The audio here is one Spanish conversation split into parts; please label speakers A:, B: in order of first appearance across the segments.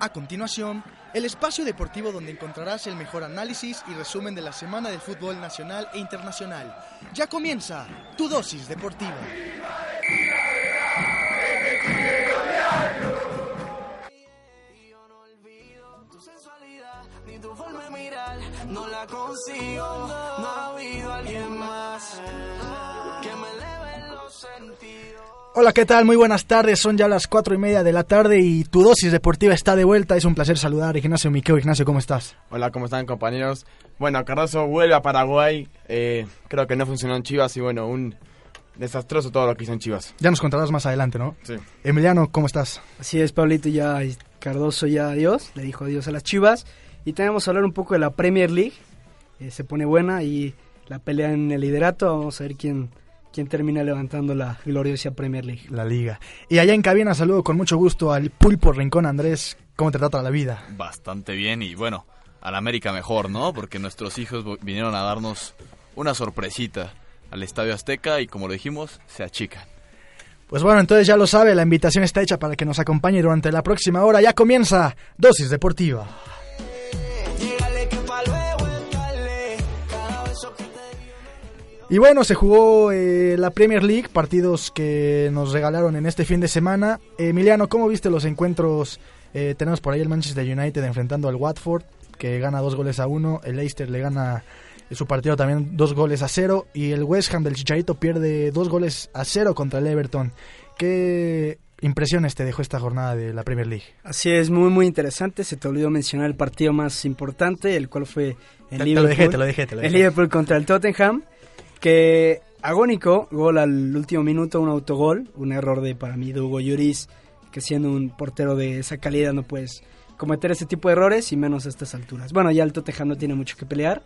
A: A continuación, el espacio deportivo donde encontrarás el mejor análisis y resumen de la semana del fútbol nacional e internacional. Ya comienza tu dosis deportiva.
B: Y yo no olvido tu sensualidad ni tu forma de mirar. No la consigo, no ha habido alguien más que me eleve los sentidos.
A: Hola, ¿qué tal? Muy buenas tardes. Son ya las cuatro y media de la tarde y tu dosis deportiva está de vuelta. Es un placer saludar. Ignacio Miqueo, Ignacio, ¿cómo estás?
C: Hola, ¿cómo están compañeros? Bueno, Cardoso vuelve a Paraguay. eh, creo que no funcionó en Chivas y bueno, un desastroso todo lo que hizo en Chivas.
A: Ya nos contarás más adelante, ¿no?
C: Sí.
A: Emiliano, ¿cómo estás?
D: Así es, Pablito ya, y Cardoso ya adiós, le dijo adiós a las Chivas. Y también vamos a hablar un poco de la Premier League, eh, se pone buena y la pelea en el liderato, vamos a ver quién, quién termina levantando la gloriosa Premier League.
A: La liga. Y allá en cabina saludo con mucho gusto al pulpo Rincón Andrés. ¿Cómo te trata la vida?
E: bastante bien y bueno, al América mejor, ¿no? Porque nuestros hijos vo- vinieron a darnos una sorpresita al Estadio Azteca y como lo dijimos, se achican.
A: Pues bueno, entonces ya lo sabe, la invitación está hecha para que nos acompañe durante la próxima hora. Ya comienza Dosis Deportiva.
B: Llegale que pa' luego estarle. Cada beso que te di yo no
A: Y bueno, se jugó eh, la Premier League, partidos que nos regalaron en este fin de semana. Emiliano, ¿cómo viste los encuentros? Eh, tenemos por ahí el Manchester United enfrentando al Watford, que gana dos goles a uno. El Leicester le gana su partido también dos goles a cero. Y el West Ham del Chicharito pierde dos goles a cero contra el Everton. ¿Qué impresiones te dejó esta jornada de la Premier League?
D: Así es, muy muy interesante, se te olvidó mencionar el partido más importante, el cual fue
A: Te-
D: el
A: te,
D: Liverpool.
A: lo dejé, te lo dejé, te lo
D: El
A: dejé.
D: Liverpool contra el Tottenham, que agónico, gol al último minuto, un autogol, un error de para mí de Hugo Lloris, que siendo un portero de esa calidad no puedes cometer ese tipo de errores y menos a estas alturas. Bueno, ya el Tottenham no tiene mucho que pelear,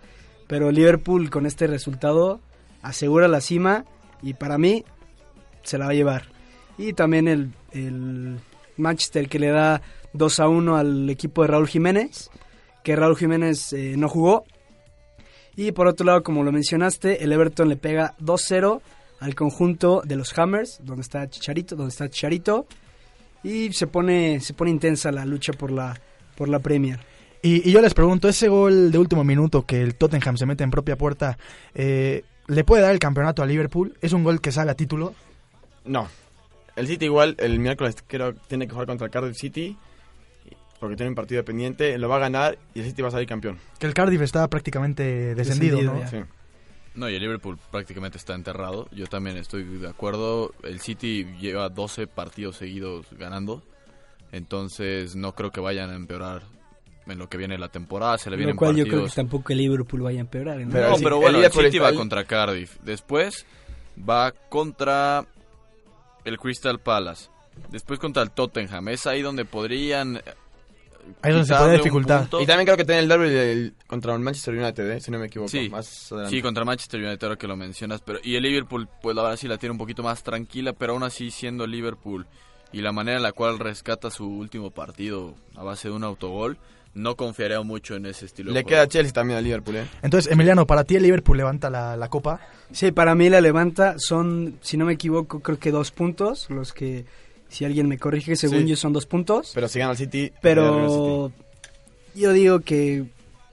D: pero Liverpool con este resultado asegura la cima y para mí se la va a llevar. Y también el, el Manchester que le da 2 a 1 al equipo de Raúl Jiménez, que Raúl Jiménez eh, no jugó, y por otro lado, como lo mencionaste, el Everton le pega 2-0 al conjunto de los Hammers, donde está Chicharito, donde está Chicharito, y se pone, se pone intensa la lucha por la, por la Premier.
A: Y, y yo les pregunto, ese gol de último minuto que el Tottenham se mete en propia puerta, eh, ¿le puede dar el campeonato a Liverpool? ¿Es un gol que sale a título?
C: No. El City igual, el miércoles creo que tiene que jugar contra el Cardiff City porque tiene un partido pendiente, lo va a ganar y el City va a salir campeón.
A: Que el Cardiff está prácticamente descendido,
D: Descendido,
A: ¿no?
D: ya.
C: Sí.
E: No, y el Liverpool prácticamente está enterrado. Yo también estoy de acuerdo. El City lleva 12 partidos seguidos ganando. Entonces no creo que vayan a empeorar en lo que viene la temporada. Se le
D: Lo
E: vienen
D: cual yo creo que
E: partidos.
D: tampoco el Liverpool vaya a empeorar. ¿no?
C: Pero
E: no,
C: sí,
E: pero
C: el
E: bueno, el,
C: Liverpool
E: City
C: está
E: va
C: ahí.
E: contra Cardiff. Después va contra el Crystal Palace. Después contra el Tottenham. Es ahí donde podrían. eh,
A: Ahí es donde se
E: quitarle
A: puede
E: un
A: dificultar.
E: punto.
C: Y también creo que tiene el derby del- contra el Manchester United, ¿eh? si no me equivoco.
E: Sí.
C: Más adelante.
E: Sí, contra Manchester United, ahora que lo mencionas. pero Y el Liverpool, pues la verdad sí la tiene un poquito más tranquila, pero aún así siendo Liverpool y la manera en la cual rescata su último partido a base de un autogol, no confiaría mucho en ese estilo. de
C: Le
E: juego.
C: queda Chelsea también al Liverpool, ¿eh?
A: Entonces, Emiliano, para ti el Liverpool levanta la, la copa.
D: Sí, para mí la levanta son, si no me equivoco, creo que dos puntos, los que, si alguien me corrige, según
C: Sí.
D: yo son dos puntos.
C: Pero si gana el City, le gana el City.
D: Pero yo digo que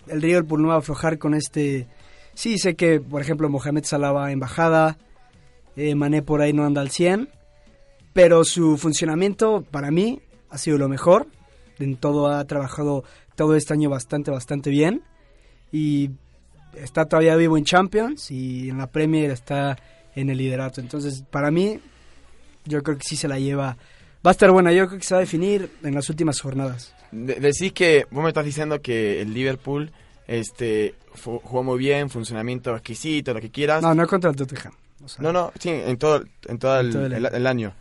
D: el Liverpool no va a aflojar con este. Sí, sé que, por ejemplo, Mohamed Salah va en bajada, eh, Mané por ahí no anda al 100, pero su funcionamiento para mí ha sido lo mejor. En todo ha trabajado todo este año bastante, bastante bien. Y está todavía vivo en Champions y en la Premier está en el liderato. Entonces, para mí, yo creo que sí se la lleva. Va a estar buena, yo creo que se va a definir en las últimas jornadas.
C: De- decís que vos me estás diciendo que el Liverpool este fu- jugó muy bien, funcionamiento exquisito, lo que quieras.
E: Ah,
D: No, no contra el Tottenham. O sea,
C: No, no, sí, en todo, en todo, el,
D: todo el
C: el- el año.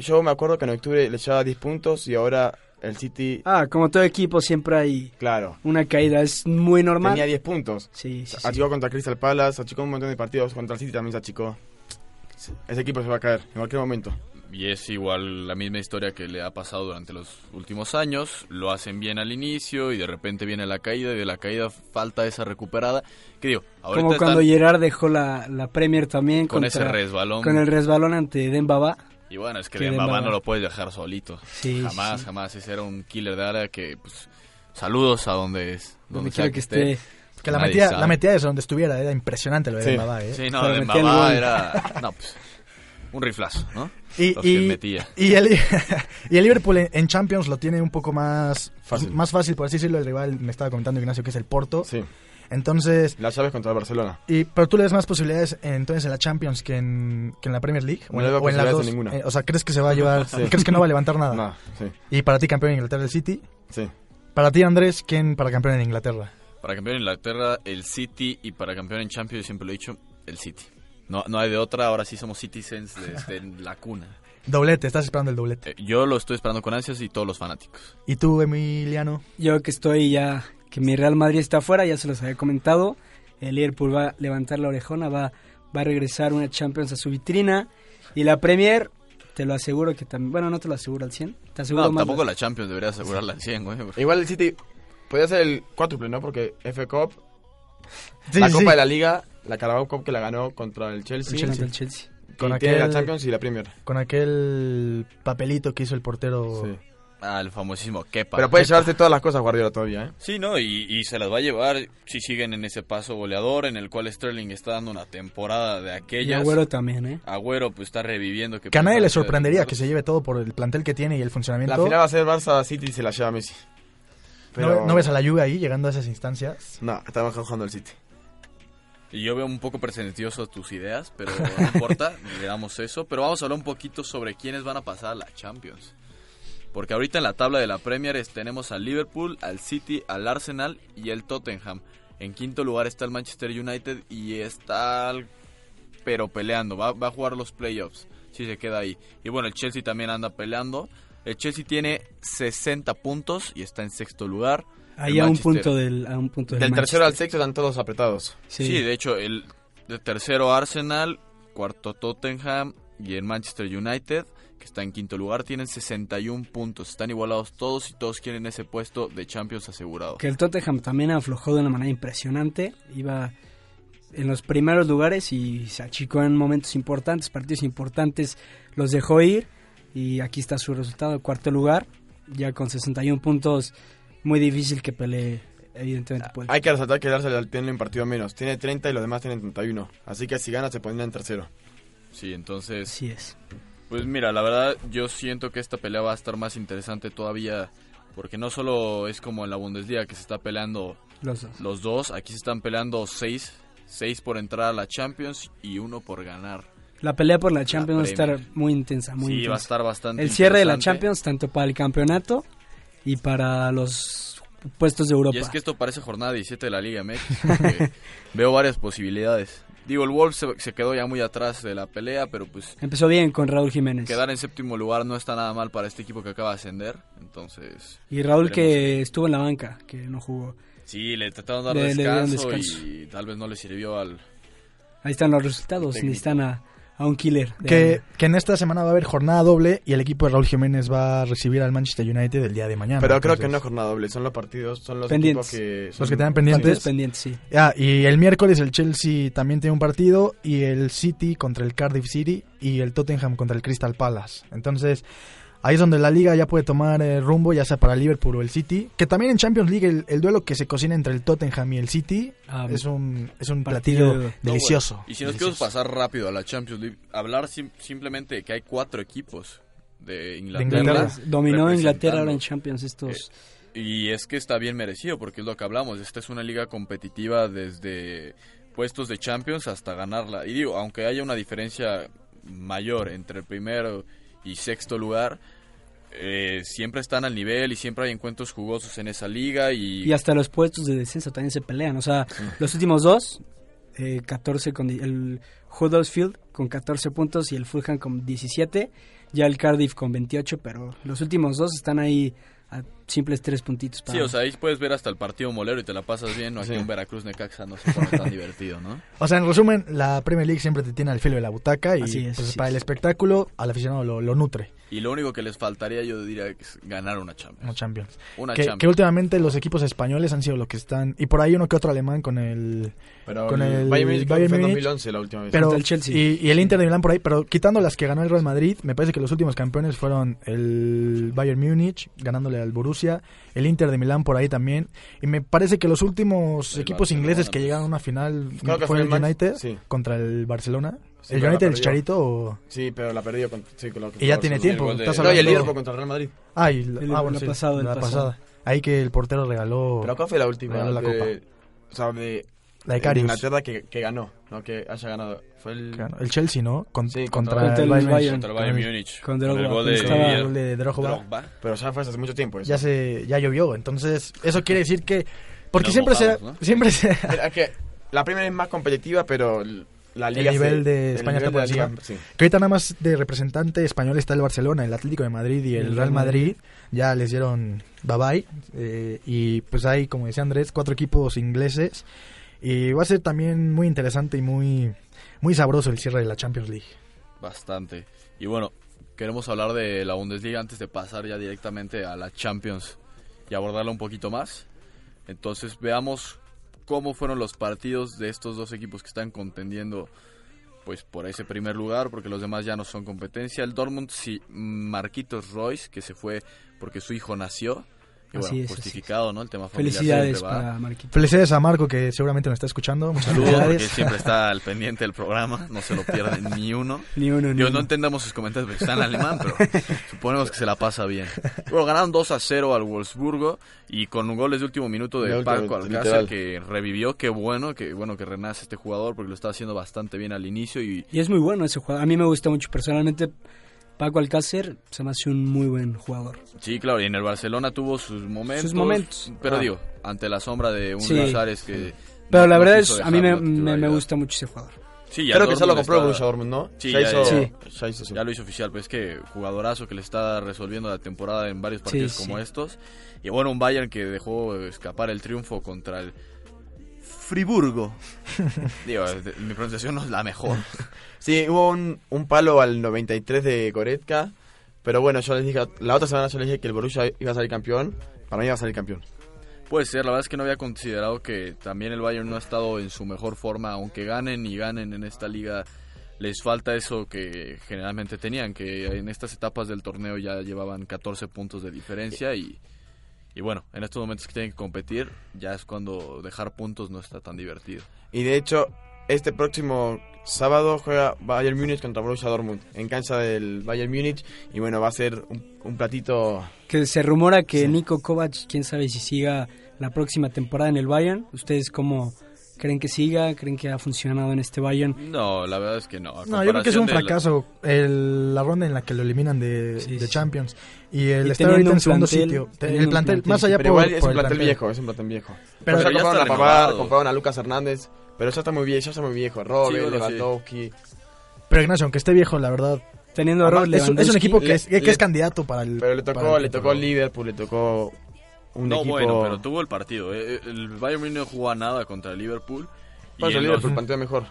C: Yo me acuerdo que en octubre le llevaba 10 puntos y ahora el City,
D: Ah, como todo equipo siempre hay
C: claro,
D: una caída, es muy normal.
C: tenía 10 puntos.
D: Sí, sí, sí.
C: Achicó contra Crystal Palace, achicó un montón de partidos, contra el City también se achicó. Ese equipo se va a caer en cualquier momento.
E: Y es igual la misma historia que le ha pasado durante los últimos años. Lo hacen bien al inicio y de repente viene la caída y de la caída falta esa recuperada. Que digo, ahorita
D: Como cuando
E: están
D: Gerard dejó la, la Premier también
E: con
D: contra-
E: ese resbalón.
D: con el resbalón ante Dembaba.
E: Y bueno, es que
D: que
E: de
D: Dembaba-
E: Mbaba no lo puedes dejar solito.
D: Sí,
E: jamás,
D: sí.
E: jamás. Ese era un killer de área que, pues, saludos a donde es.
D: Donde
E: sea
D: quiera que esté.
A: Que la
E: Nadie
A: metía,
E: sabe.
A: la metía desde donde estuviera, era impresionante lo de
C: Sí.
A: Dembaba, ¿eh?
E: Sí, no,
D: Pero
E: de
D: metía el
E: Mbaba
D: gol.
E: era... No, pues, un riflazo, ¿no?
A: Y,
E: Los que
A: y,
E: metía.
A: y el, y el Liverpool en, en Champions lo tiene un poco más
C: Fácil.
A: más fácil, por así decirlo. El rival me estaba comentando Ignacio que es el Porto.
C: Sí,
A: Entonces,
C: las llaves contra el Barcelona.
A: y, pero tú le ves más posibilidades en- entonces en la Champions que en, que en la Premier League.
C: No le veo
A: en las
C: posibilidades
A: dos.
C: en ninguna.
A: Eh, o sea, crees que se va a llevar,
C: Sí.
A: crees que no va a levantar nada.
C: No, sí,
A: Y para ti, campeón de Inglaterra, el City.
C: sí.
A: Para ti, Andrés, ¿quién para campeón en Inglaterra?
E: Para campeón en Inglaterra, el City. Y para campeón en Champions, yo siempre lo he dicho, el City. No, no hay de otra, ahora sí somos citizens desde la cuna.
A: Doblete, estás esperando el doblete.
E: Eh, yo lo estoy esperando con ansias y todos los fanáticos.
A: ¿Y tú, Emiliano?
D: Yo que estoy ya, que mi Real Madrid está afuera, ya se los había comentado. El Liverpool va a levantar la orejona, va, va a regresar una Champions a su vitrina. Y la Premier, te lo aseguro que también. Bueno, no te lo aseguro al 100. Te aseguro
E: No,
D: más
E: tampoco la Champions debería asegurarla al 100, güey.
C: Igual el City podía ser el cuádruple, ¿no? Porque F Cup,
A: Sí,
C: la
A: sí,
C: Copa
A: sí.
C: de la Liga, la Carabao Cup que la ganó contra el Chelsea,
D: el Chelsea. el Chelsea.
C: y
A: Con
C: tiene
A: aquel-
C: la Champions y la Premier.
A: Con aquel papelito que hizo el portero.
C: Sí.
E: Ah, el famosísimo Kepa.
C: Pero puede llevarse todas las cosas Guardiola todavía, ¿eh?
E: Sí, no, y, y se las va a llevar si siguen en ese paso goleador en el cual Sterling está dando una temporada de
D: Y
E: aquellas.
D: Agüero también, ¿eh?
E: Agüero, pues está reviviendo.
A: Que a nadie le sorprendería que se lleve todo por el plantel que tiene y el funcionamiento.
C: La final va a ser Barça City y se la lleva Messi.
A: ¿No, ve- no ves a la lluvia ahí llegando a esas instancias?
C: No, está mejor jugando el City.
E: Y yo veo un poco presentioso tus ideas, pero no importa, le damos eso. Pero vamos a hablar un poquito sobre quiénes van a pasar a la Champions. Porque ahorita en la tabla de la Premier es- tenemos al Liverpool, al City, al Arsenal y el Tottenham. En quinto lugar está el Manchester United y está al- pero peleando, va, va a jugar los playoffs si se queda ahí. Y bueno, el Chelsea también anda peleando. El Chelsea tiene 60 puntos y está en sexto lugar.
D: Ahí
E: El
D: a un,
E: Manchester.
D: punto del, a un punto del.
C: Del tercero al
D: Manchester.
C: sexto están todos apretados.
E: Sí,
D: Sí,
E: de hecho, el de tercero Arsenal, cuarto Tottenham y el Manchester United, que está en quinto lugar, tienen 61 puntos. Están igualados todos y todos quieren ese puesto de Champions asegurado.
D: Que el Tottenham también aflojó de una manera impresionante. Iba en los primeros lugares y se achicó en momentos importantes, partidos importantes, los dejó ir. Y aquí está su resultado, cuarto lugar, ya con 61 puntos. Muy difícil que pelee, evidentemente. por el-
C: Hay que resaltar que el Arsenal tiene un partido menos. Tiene 30 y los demás tienen 31. Así que si gana se pondría en tercero.
E: Sí, entonces
D: Así es.
E: Pues mira, la verdad yo siento que esta pelea va a estar más interesante todavía porque no solo es como en la Bundesliga que se está peleando
D: Los dos.
E: los dos, aquí se están peleando seis, seis por entrar a la Champions y uno por ganar.
D: La pelea por la Champions va a
E: Premier.
D: estar muy intensa, muy
E: sí,
D: intensa.
E: va a estar bastante
D: el cierre de la
E: interesante.
D: Champions, tanto para el campeonato y para los puestos de Europa.
E: Y es que esto parece jornada 17 de la Liga MX. porque veo varias posibilidades. Digo, el Wolves se, se quedó ya muy atrás de la pelea, pero pues
D: Empezó bien con Raúl Jiménez.
E: quedar en séptimo lugar no está nada mal para este equipo que acaba de ascender. Entonces,
D: Y Raúl que
E: Esperemos.
D: estuvo en la banca, que no jugó.
E: sí, le trataron de dar
D: Le- le dieron
E: descanso, y
D: descanso.
E: tal vez no le sirvió al...
D: Ahí están los resultados,
E: Técnico.
D: necesitan a, a un killer. de-
A: Que, que en esta semana va a haber jornada doble y el equipo de Raúl Jiménez va a recibir al Manchester United el día de mañana.
C: Pero creo
A: Entonces-
C: que no es jornada doble. Son los partidos, son los
D: Pendientes.
C: equipos que... son-
A: Los que te dan
D: partidos
A: pendientes.
D: pendientes, sí.
A: Ah, y el miércoles el Chelsea también tiene un partido y el City contra el Cardiff City y el Tottenham contra el Crystal Palace. Entonces, ahí es donde la liga ya puede tomar eh, rumbo, ya sea para Liverpool o el City. Que también en Champions League el, el duelo que se cocina entre el Tottenham y el City
D: Ah,
A: es un, es un
D: partido-
A: platillo
D: No, bueno.
A: delicioso.
E: Y si nos
A: Delicioso.
E: queremos pasar rápido a la Champions League, hablar sim- simplemente de que hay cuatro equipos de Inglaterra.
A: Inglaterra.
D: Inglaterra. Dominó Inglaterra ahora en
E: representando.
D: Champions estos.
E: Y es que está bien merecido, porque es lo que hablamos. Esta es una liga competitiva desde puestos de Champions hasta ganarla. Y digo, aunque haya una diferencia mayor entre el primero y sexto lugar, eh, siempre están al nivel y siempre hay encuentros jugosos en esa liga. Y,
D: y hasta los puestos de descenso también se pelean. O sea, los últimos dos, eh, 14 con di- el Huddersfield con 14 puntos y el Fulham con 17. Ya el Cardiff con 28, pero los últimos dos están ahí a simples tres puntitos. Para
E: Sí, o sea, ahí puedes ver hasta el partido molero y te la pasas bien. O aquí
C: Sí.
E: en Veracruz Necaxa no se pone tan divertido, ¿no?
A: O sea, en resumen, la Premier League siempre te tiene al filo de la butaca y
D: Así es,
A: pues,
D: así
A: para el
D: es.
A: espectáculo al aficionado lo, lo nutre,
E: Y lo único que les faltaría, yo diría, es ganar una Champions.
A: como Champions.
E: Una
A: Que, que
E: Champions.
A: últimamente los equipos españoles han sido los que están... Y por ahí uno que otro alemán con el...
C: Pero
A: Con
C: el,
A: el
C: Bayern Múnich creo que
A: Bayern
C: fue en
A: Múnich,
C: 2011 la última vez.
A: Pero,
D: el Chelsea.
A: Y, y el Inter de Milán por ahí, pero quitando las que ganó el Real Madrid, me parece que los últimos campeones fueron el Bayern Múnich, ganándole al Borussia, el Inter de Milán por ahí también, y me parece que los últimos
E: El
A: equipos
E: Barcelona,
A: ingleses que
E: pues.
A: llegaron a una final
C: Creo
A: fue
C: que fue
A: el
C: el Man-
A: United
C: sí.
A: contra el Barcelona.
C: Sí,
A: ¿El
C: pero la
A: United del
C: perdió.
A: Charito o...?
C: Sí, pero la perdió con, sí, con lo que
A: Y ya
C: fue
A: tiene
C: Barcelona.
A: tiempo,
E: el gol de-
A: estás
C: No, y el
A: hablando-
C: Liverpool contra el Real Madrid.
A: Ah, y
D: El-
A: ah, bueno,
D: la
A: sí,
D: pasada, el
A: la
D: pasado.
A: pasada. Ahí que el portero regaló
C: Pero ¿cuál fue la última?
A: Regaló la
C: de, O sea, de,
A: la de
C: de
A: Karius,
C: Inglaterra que, que ganó, no que haya ganado. Fue el...
A: que ganó. El Chelsea, ¿no? Con-
C: Sí,
A: contra,
D: contra
A: el
D: el
A: Bayern.
D: Bayern.
E: Contra el Bayern Múnich.
D: Con
E: Con el
D: Drogba,
E: gol
D: que
E: de,
D: estaba
A: Estaba
D: Bayern.
A: el gol de Drogba.
E: Drogba.
C: Pero ya fue hace mucho tiempo eso.
A: ya se ya llovió, entonces eso quiere decir que porque
E: Nos
A: siempre se
E: mojamos, ¿no?
A: siempre se
C: Es que la primera es más competitiva, pero l- la liga... se-
A: nivel de España
C: nivel
A: está por
C: de la
A: encima.
C: liga, sí.
A: que ahorita nada más de representante español está el Barcelona, el Atlético de Madrid y el Real Madrid, ya les dieron bye bye eh, y pues hay como decía Andrés cuatro equipos ingleses y va a ser también muy interesante y muy muy sabroso el cierre de la Champions League.
E: Bastante. Y bueno, queremos hablar de la Bundesliga antes de pasar ya directamente a la Champions y abordarla un poquito más. Entonces veamos cómo fueron los partidos de estos dos equipos que están contendiendo pues por ese primer lugar, porque los demás ya no son competencia. El Dortmund sí, Marquitos Royce, que se fue porque su hijo nació. Y
D: Así
E: bueno,
D: es, así
E: justificado, ¿no? El tema familiar
D: Felicidades
E: siempre va.
D: para Marquito.
A: Felicidades a Marco que seguramente nos está escuchando. Muchas
E: Saludos, porque
A: felicidades.
E: siempre está al pendiente del programa, no se lo pierden ni uno.
D: Ni uno, ni
E: Digo, no
D: uno.
E: entendamos sus comentarios porque está en alemán, pero suponemos que se la pasa bien. Bueno, ganaron 2 a 0 al Wolfsburgo y con goles de último minuto de
C: De último,
E: Paco Alcácer
C: literal.
E: que revivió. Qué bueno, que bueno que renace este jugador porque lo está haciendo bastante bien al inicio y
D: Y es muy bueno ese jugador. A mí me gusta mucho. Personalmente, Paco Alcácer se me hace un muy buen jugador.
E: sí, claro, y en el Barcelona tuvo sus momentos.
D: Sus momentos.
E: Pero
D: Ah.
E: digo, ante la sombra de un
D: Sí.
E: Lazares que
D: Pero
E: no-
D: la
E: no
D: verdad
E: quiso
D: es, a mí me,
E: dejar la
D: me- me
E: titularidad.
D: gusta mucho ese jugador.
E: Sí, y al
C: Creo que ya lo
E: Dortmund
C: compró el
E: está-
C: Borussia Dortmund, ¿no?
E: Sí,
C: ya,
E: ya-
C: hizo,
D: sí.
C: ya hizo su-
E: Ya lo hizo oficial, pues que jugadorazo que le está resolviendo la temporada en varios partidos
D: Sí,
E: como
D: sí.
E: estos. Y bueno, un Bayern que dejó escapar el triunfo contra el Friburgo. Digo, de- mi pronunciación no es la mejor.
C: Sí, hubo un, un palo al 93 de Goretzka. Pero bueno, yo les dije, la otra semana yo les dije que el Borussia iba a salir campeón. Para mí iba a salir campeón.
E: Puede ser, la verdad es que no había considerado que también el Bayern no ha estado en su mejor forma, aunque ganen y ganen en esta liga. Les falta eso que generalmente tenían, que en estas etapas del torneo ya llevaban 14 puntos de diferencia y, y bueno, en estos momentos que tienen que competir ya es cuando dejar puntos no está tan divertido.
C: Y de hecho, este próximo sábado juega Bayern Múnich contra Borussia Dortmund en cancha del Bayern Múnich. Y bueno, va a ser un, un platito.
D: Que se rumora que
C: Sí.
D: Nico Kovac, quién sabe si siga la próxima temporada en el Bayern. ¿Ustedes cómo creen que siga? ¿Creen que ha funcionado en este Bayern?
E: No, la verdad es que no. a
A: No, yo creo que es un
E: comparación de la-
A: fracaso el- la ronda en la que lo eliminan de,
D: Sí,
A: de
D: sí.
A: Champions. Y el
D: Y
A: estar ahorita
D: teniendo
A: en
D: un
A: segundo
D: plantel,
A: sitio. te-
D: teniendo
A: El
D: un
A: plantel,
D: plantel,
A: más
D: sí,
A: allá
C: Pero
A: por,
C: igual es
A: por
C: un
A: el
C: plantel
A: plantel.
C: viejo, es un plantel viejo.
A: Pero-
C: Pero ya
E: Pero ya
C: compraron a
E: está
C: Pavard,
E: renovado.
C: compraron a Lucas Hernández. Pero ya está muy bien, ya está muy viejo. Robin,
E: bueno, sí.
C: Lewandowski.
A: Pero Ignacio, aunque esté viejo, la verdad.
D: Teniendo a Robert
A: es, un- es un
D: Lewandowski,
A: equipo que, es, que
C: le-
A: es candidato para el.
C: Pero le
A: para
C: tocó,
A: el
C: le tocó
A: título.
C: Liverpool, le tocó un
E: No,
C: equipo.
E: bueno, pero tuvo el partido. eh, El Bayern Múnich no jugó a nada contra el Liverpool.
A: Pues
E: Y
C: Por eso
E: en los-
C: Liverpool plantea mejor.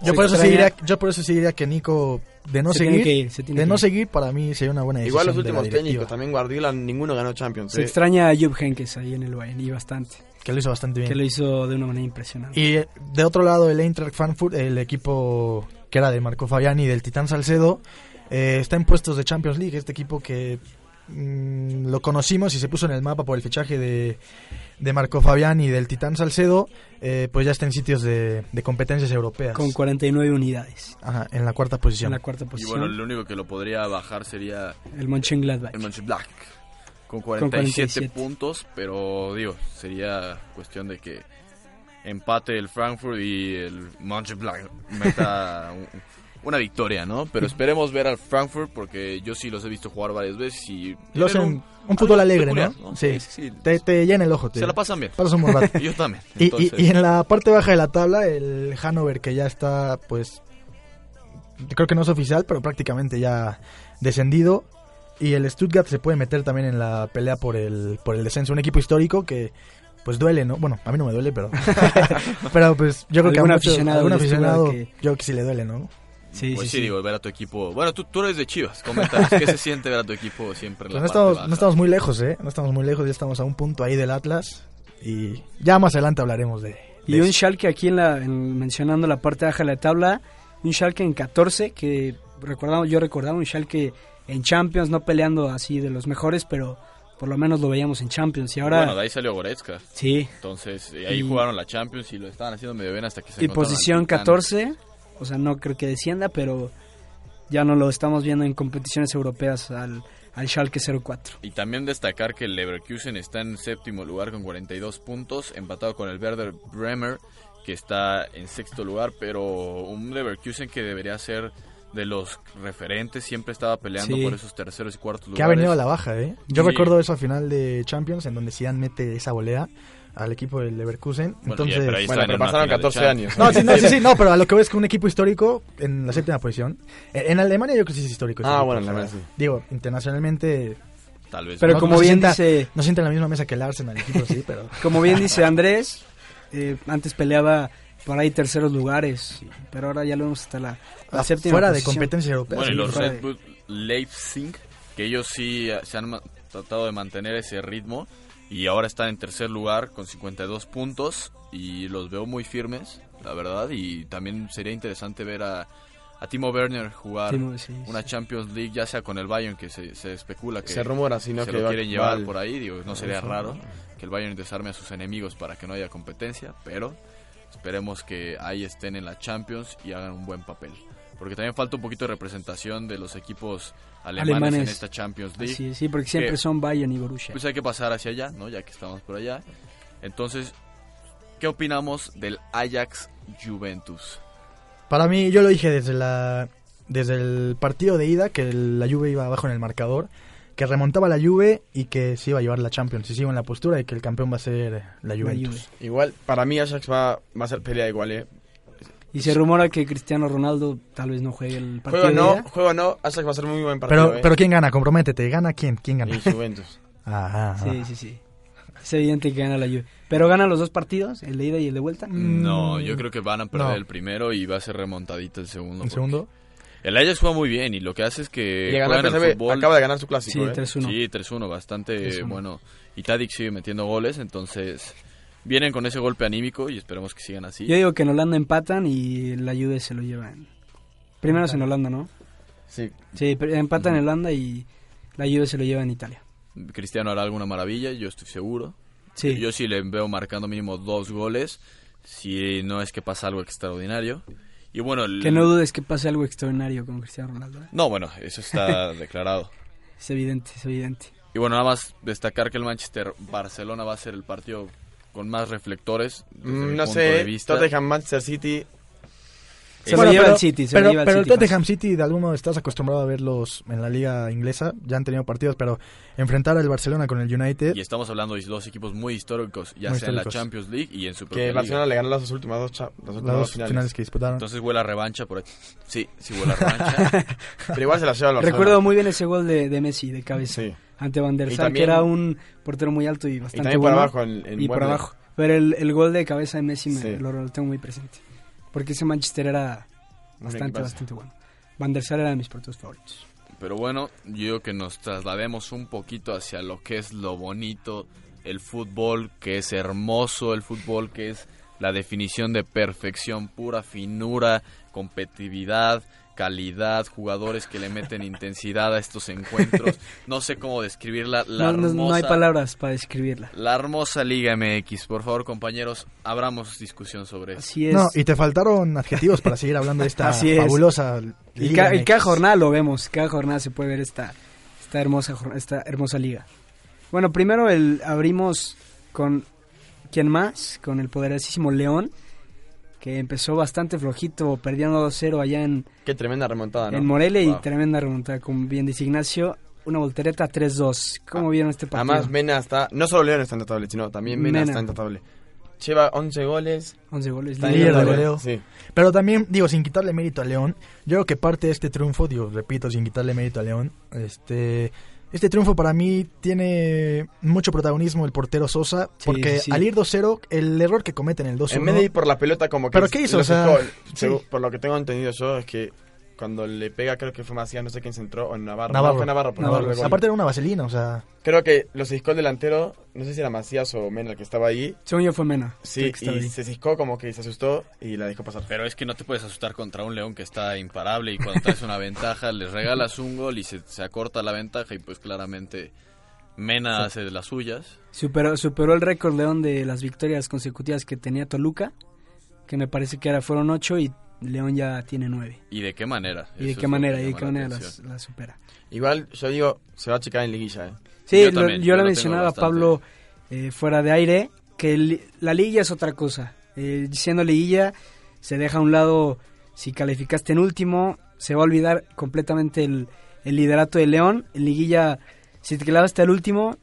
A: Yo
D: Se
A: por, eso sí
D: extraña.
A: diría, yo por eso sí diría que Nico, de no
D: Se tiene
A: seguir,
D: que ir, se tiene
A: de
D: que
A: no
D: ir.
A: seguir, para mí sería una buena decisión.
C: Igual los
A: de la
C: últimos
A: directiva,
C: técnicos, también Guardiola, ninguno ganó Champions.
D: se
C: eh.
D: extraña a Jupp Heynckes ahí en el Bayern y bastante.
A: Que lo hizo bastante bien.
D: Que lo hizo de una manera impresionante.
A: Y eh, de otro lado, el Eintracht Frankfurt, el equipo que era de Marco Fabiani y del Titán Salcedo, eh, está en puestos de Champions League. Este equipo que mm, lo conocimos y se puso en el mapa por el fichaje de, de Marco Fabiani y del Titán Salcedo, eh, pues ya está en sitios de, de competencias europeas.
D: Con 49 unidades
A: Ajá, en la cuarta
D: en
A: posición.
D: la cuarta
E: Y bueno,
D: posición.
E: el único que lo podría bajar sería
D: el Mönchengladbach.
E: el Mönchengladbach con 47,
D: Con 47.
E: puntos, pero digo, sería cuestión de que empate el Frankfurt y el Mönchengladbach meta un, una victoria, ¿no? Pero esperemos ver al Frankfurt porque yo sí los he visto jugar varias veces y...
A: Lo
E: tienen
A: hacen un, fútbol
E: algo
A: alegre,
E: peculiar,
A: ¿no?
E: ¿no?
A: Sí.
E: Sí, sí, sí.
A: Te, te llena el ojo. Te,
E: Se la pasan bien.
A: pasas un buen rato.
E: Y yo también.
A: Y- y-
E: Entonces,
A: y, en la parte baja de la tabla, el Hannover, que ya está, pues, creo que no es oficial, pero prácticamente ya descendido. Y el Stuttgart se puede meter también en la pelea por el, por el descenso. Un equipo histórico que, pues, duele, ¿no? Bueno, a mí no me duele, pero. pero, pues, yo creo que a
D: Algún
A: mucho-
D: aficionado
A: algún
D: del Stuttgart
A: aficionado,
D: que-
A: yo que sí le duele, ¿no?
D: Sí,
E: pues
D: sí,
E: sí,
D: sí.
E: digo, ver a tu equipo... Bueno, tú, tú eres de Chivas, coméntanos. ¿Qué se siente ver a tu equipo siempre en
A: Pero
E: la
A: Pues no,
E: parte
A: estamos,
E: baja?
A: no estamos muy lejos, ¿eh? No estamos muy lejos, ya estamos a un punto ahí del Atlas. Y ya más adelante hablaremos de.
D: Y
A: de
D: un
A: eso.
D: Schalke aquí en la, en- mencionando la parte baja de la tabla, un Schalke en 14 que recordamos, yo recordaba un Schalke en Champions, no peleando así de los mejores, pero por lo menos lo veíamos en Champions y ahora
E: Bueno, de ahí salió Goretzka.
D: sí,
E: Entonces, eh, ahí
D: Y-
E: jugaron la Champions y lo estaban haciendo medio bien hasta que se
D: y
E: encontraron al
D: posición
E: Titán.
D: 14, o sea, no creo que descienda, pero ya no lo estamos viendo en competiciones europeas al, al Schalke 04.
E: Y también destacar que el Leverkusen está en séptimo lugar con 42 puntos, empatado con el Werder Bremer, que está en sexto lugar, pero un Leverkusen que debería ser de los referentes, siempre estaba peleando
D: Sí.
E: por esos terceros y cuartos lugares.
A: Que ha venido a la baja, ¿eh? Yo
E: Sí.
A: recuerdo esa final de Champions en donde Zidane mete esa volea al equipo del Leverkusen.
E: Bueno, ya,
A: Entonces...
E: pero ahí
C: Bueno,
E: están en
C: pero
E: una
C: pasaron
E: final de
C: 14
E: Champions.
C: años.
A: No, sí, no, sí, sí, no, pero a lo que ves que un equipo histórico en la séptima posición. eh, En en Alemania yo creo que sí es histórico. ese
C: Ah,
A: equipo,
C: bueno, en
A: o sea,
C: Alemania
A: Digo, internacionalmente
E: Tal vez.
D: Pero
A: No,
D: como
A: no se
D: bien
A: sienta-
D: dice
A: no sienta en la misma mesa que el Arsenal, el equipo sí, pero...
D: Como bien dice Andrés, eh, antes peleaba por ahí terceros lugares, pero ahora ya lo vemos hasta la, la
A: ah,
D: séptima.
A: fuera de
D: posición.
A: competencia europea.
E: Bueno, y
A: sí,
E: los
A: fuera
E: Red
A: de-
E: Bull Leipzig, que ellos sí eh, se han ma- tratado de mantener ese ritmo y ahora están en tercer lugar con 52 puntos y los veo muy firmes, la verdad, y también sería interesante ver a, a Timo Werner jugar
D: Timo, sí, sí.
E: una Champions League, ya sea con el Bayern, que se, se especula que
C: Se rumora, si no
E: se
C: que
E: lo
C: va-
E: quieren
C: va
E: llevar
C: al-
E: por ahí, digo, no sería
C: Eso.
E: raro que el Bayern desarme a sus enemigos para que no haya competencia, pero esperemos que ahí estén en la Champions y hagan un buen papel. Porque también falta un poquito de representación de los equipos alemanes, en
D: Alemanes.
E: esta Champions League.
D: Sí, sí, porque siempre
E: Que-
D: son Bayern y Borussia.
E: Pues hay que pasar hacia allá, ¿no? Ya que estamos por allá. Entonces, ¿qué opinamos del Ajax Juventus?
A: Para mí, yo lo dije desde la desde el partido de ida que el- la Juve iba abajo en el marcador, que remontaba la Juve y que se iba a llevar la Champions. Y sigo en la postura de que el campeón va a ser la
D: la
A: Juventus.
D: Juve.
C: Igual, para mí Ajax va, va a ser pelea igual, ¿eh?
D: Y se rumora que Cristiano Ronaldo tal vez no juegue el partido.
C: Juego
D: de
C: no,
D: ida.
C: juego no, Ajax va a ser muy buen partido,
A: Pero,
C: ¿eh?
A: pero ¿quién gana? Comprométete. ¿Gana quién? ¿Quién gana?
C: Y Juventus.
A: Ajá, ajá.
D: Sí, sí, sí. Es evidente que gana la Juve. Pero gana los dos partidos, el de ida y el de vuelta.
C: Mm.
E: No, yo creo que van a perder
A: no.
E: el primero y va a ser remontadita el segundo.
A: ¿Un
E: porque
A: segundo?
E: El Ajax juega muy bien y lo que hace es que
C: y le ganó al
E: juegan al
C: PSV,
E: fútbol.
C: acaba de ganar su
D: Sí,
C: clásico, ¿eh?
D: 3-1.
E: Sí, 3-1, bastante
D: 3-1.
E: bueno. Y Tadic sigue metiendo goles, entonces vienen con ese golpe anímico y esperemos que sigan así.
D: Yo digo que en Holanda empatan y la Juve se lo llevan. Primero es en Holanda, ¿no?
C: Sí.
D: Sí, pero empatan en Holanda y la Juve se lo lleva en Italia.
E: Cristiano hará alguna maravilla, yo estoy seguro.
D: Sí.
E: Yo sí le veo marcando mínimo dos goles, si no es que pasa algo extraordinario. Y bueno, el-
D: Que no dudes que pase algo extraordinario con Cristiano Ronaldo. ¿eh?
E: No, bueno, eso está declarado.
D: Es evidente, es evidente.
E: Y bueno, nada más destacar que el Manchester Barcelona va a ser el partido con más reflectores. desde
C: Mm,
E: mi
C: no
E: punto
C: sé,
E: de vista.
C: Tottenham, Manchester City.
D: Se
A: Bueno,
D: lo lleva
A: pero-
D: el City, se
A: pero,
D: lo lleva el
A: pero
D: City.
A: Tottenham City, de algún modo estás acostumbrado a verlos en la liga inglesa. Ya han tenido partidos, pero enfrentar al Barcelona con el United.
E: Y estamos hablando de dos equipos muy históricos, ya
A: Muy
E: sea en la
A: históricos.
E: Champions League y en su propia
C: Que
E: liga.
C: Barcelona le ganó las dos últimas dos, cha- las
A: Las
C: últimas dos
A: dos
C: finales.
A: finales. que disputaron.
E: Entonces huele a revancha por aquí. Sí, sí huele a revancha.
C: Pero igual se las lleva el Barcelona.
D: Recuerdo muy bien ese gol de, de Messi de cabeza
C: Sí.
D: ante Van der
C: Y
D: Sar, que
C: también-
D: era un portero muy alto y
C: Y
D: bastante
C: también
D: bueno.
C: para abajo. En, en
D: y por
C: Wembley.
D: abajo. Pero el, el gol de cabeza de Messi me,
C: Sí.
D: lo, lo tengo muy presente. Porque ese Manchester era
C: Un
D: bastante,
C: equipazo.
D: bastante bueno. Van der Sar era de mis porteros favoritos.
E: Pero bueno, yo digo que nos traslademos un poquito hacia lo que es lo bonito, el fútbol que es hermoso, el fútbol que es la definición de perfección, pura finura, competitividad, calidad, jugadores que le meten intensidad a estos encuentros. No sé cómo describir la, la
D: no, no-
E: hermosa...
D: no hay palabras para describirla.
E: La hermosa Liga MX. Por favor, compañeros, abramos discusión sobre eso.
D: Así es.
A: No, y te faltaron adjetivos para seguir hablando de esta
D: Así es.
A: fabulosa
D: y,
A: liga
D: ca- y
A: MX.
D: cada jornada lo vemos. Cada jornada se puede ver esta, esta, hermosa, jor- esta hermosa liga. Bueno, primero el, abrimos con... ¿Quién más? Con el poderosísimo León. que empezó bastante flojito, perdiendo 2-0 allá en,
C: Qué tremenda remontada, Ah, ¿no?
D: en Morelia
C: Wow.
D: y tremenda remontada, como bien dice Ignacio, una voltereta 3-2. ¿Cómo
C: Ah,
D: vieron este partido?
C: Además, Mena está. No solo León está intratable, sino también Mena,
D: Mena.
C: está intratable. Lleva 11 goles.
D: 11 goles,
C: Está
D: líder
A: líder
D: de
A: de
C: intratable,
A: goleo.
C: Sí.
A: Pero también, digo, sin quitarle mérito a León, yo creo que parte de este triunfo, digo, repito, sin quitarle mérito a León, este, este triunfo para mí tiene mucho protagonismo el portero Sosa,
D: Sí,
A: porque
D: sí.
A: al ir 2-0, el error que cometen el 2-1...
C: En vez de ir por la pelota, como que.
A: Pues ¿Pero qué hizo?
C: lo
A: O sea,
C: sacó.
A: sí.
C: Segu- Por lo que tengo entendido yo, es que cuando le pega, creo que fue Macías, no sé quién se entró, o Navarro.
A: Navarro.
C: No, fue Navarro, por
A: Navarro.
C: favor, gol.
A: Aparte era una vaselina, o sea...
C: Creo que lo ciscó el delantero, no sé si era Macías o Mena el que estaba ahí.
D: Según yo fue Mena.
C: Sí,
D: que estaba
C: y
D: ahí.
C: se ciscó como que se asustó y la dejó pasar.
E: Pero es que no te puedes asustar contra un León que está imparable y cuando traes una ventaja les regalas un gol y se, se acorta la ventaja y pues claramente Mena hace de las suyas.
D: Superó, superó el récord León de las victorias consecutivas que tenía Toluca, que me parece que ahora fueron 8 y León ya tiene 9.
E: ¿Y de qué manera?
D: ¿Y de
E: Eso
D: qué
E: es lo
D: manera?
E: que
D: ¿Y de
E: llama
D: qué
E: la
D: manera las,
E: atención.
D: las supera?
C: Igual, yo digo, se va a checar en liguilla, ¿eh?
D: Sí,
E: Yo
D: lo-
E: también,
D: yo,
E: yo
D: lo
E: lo tengo
D: mencionaba
E: bastante.
D: Pablo eh, fuera de aire, que el- la liguilla es otra cosa. Eh, siendo liguilla, se deja a un lado si calificaste en último, se va a olvidar completamente el, el liderato de León. En liguilla, si te quedabas hasta el último,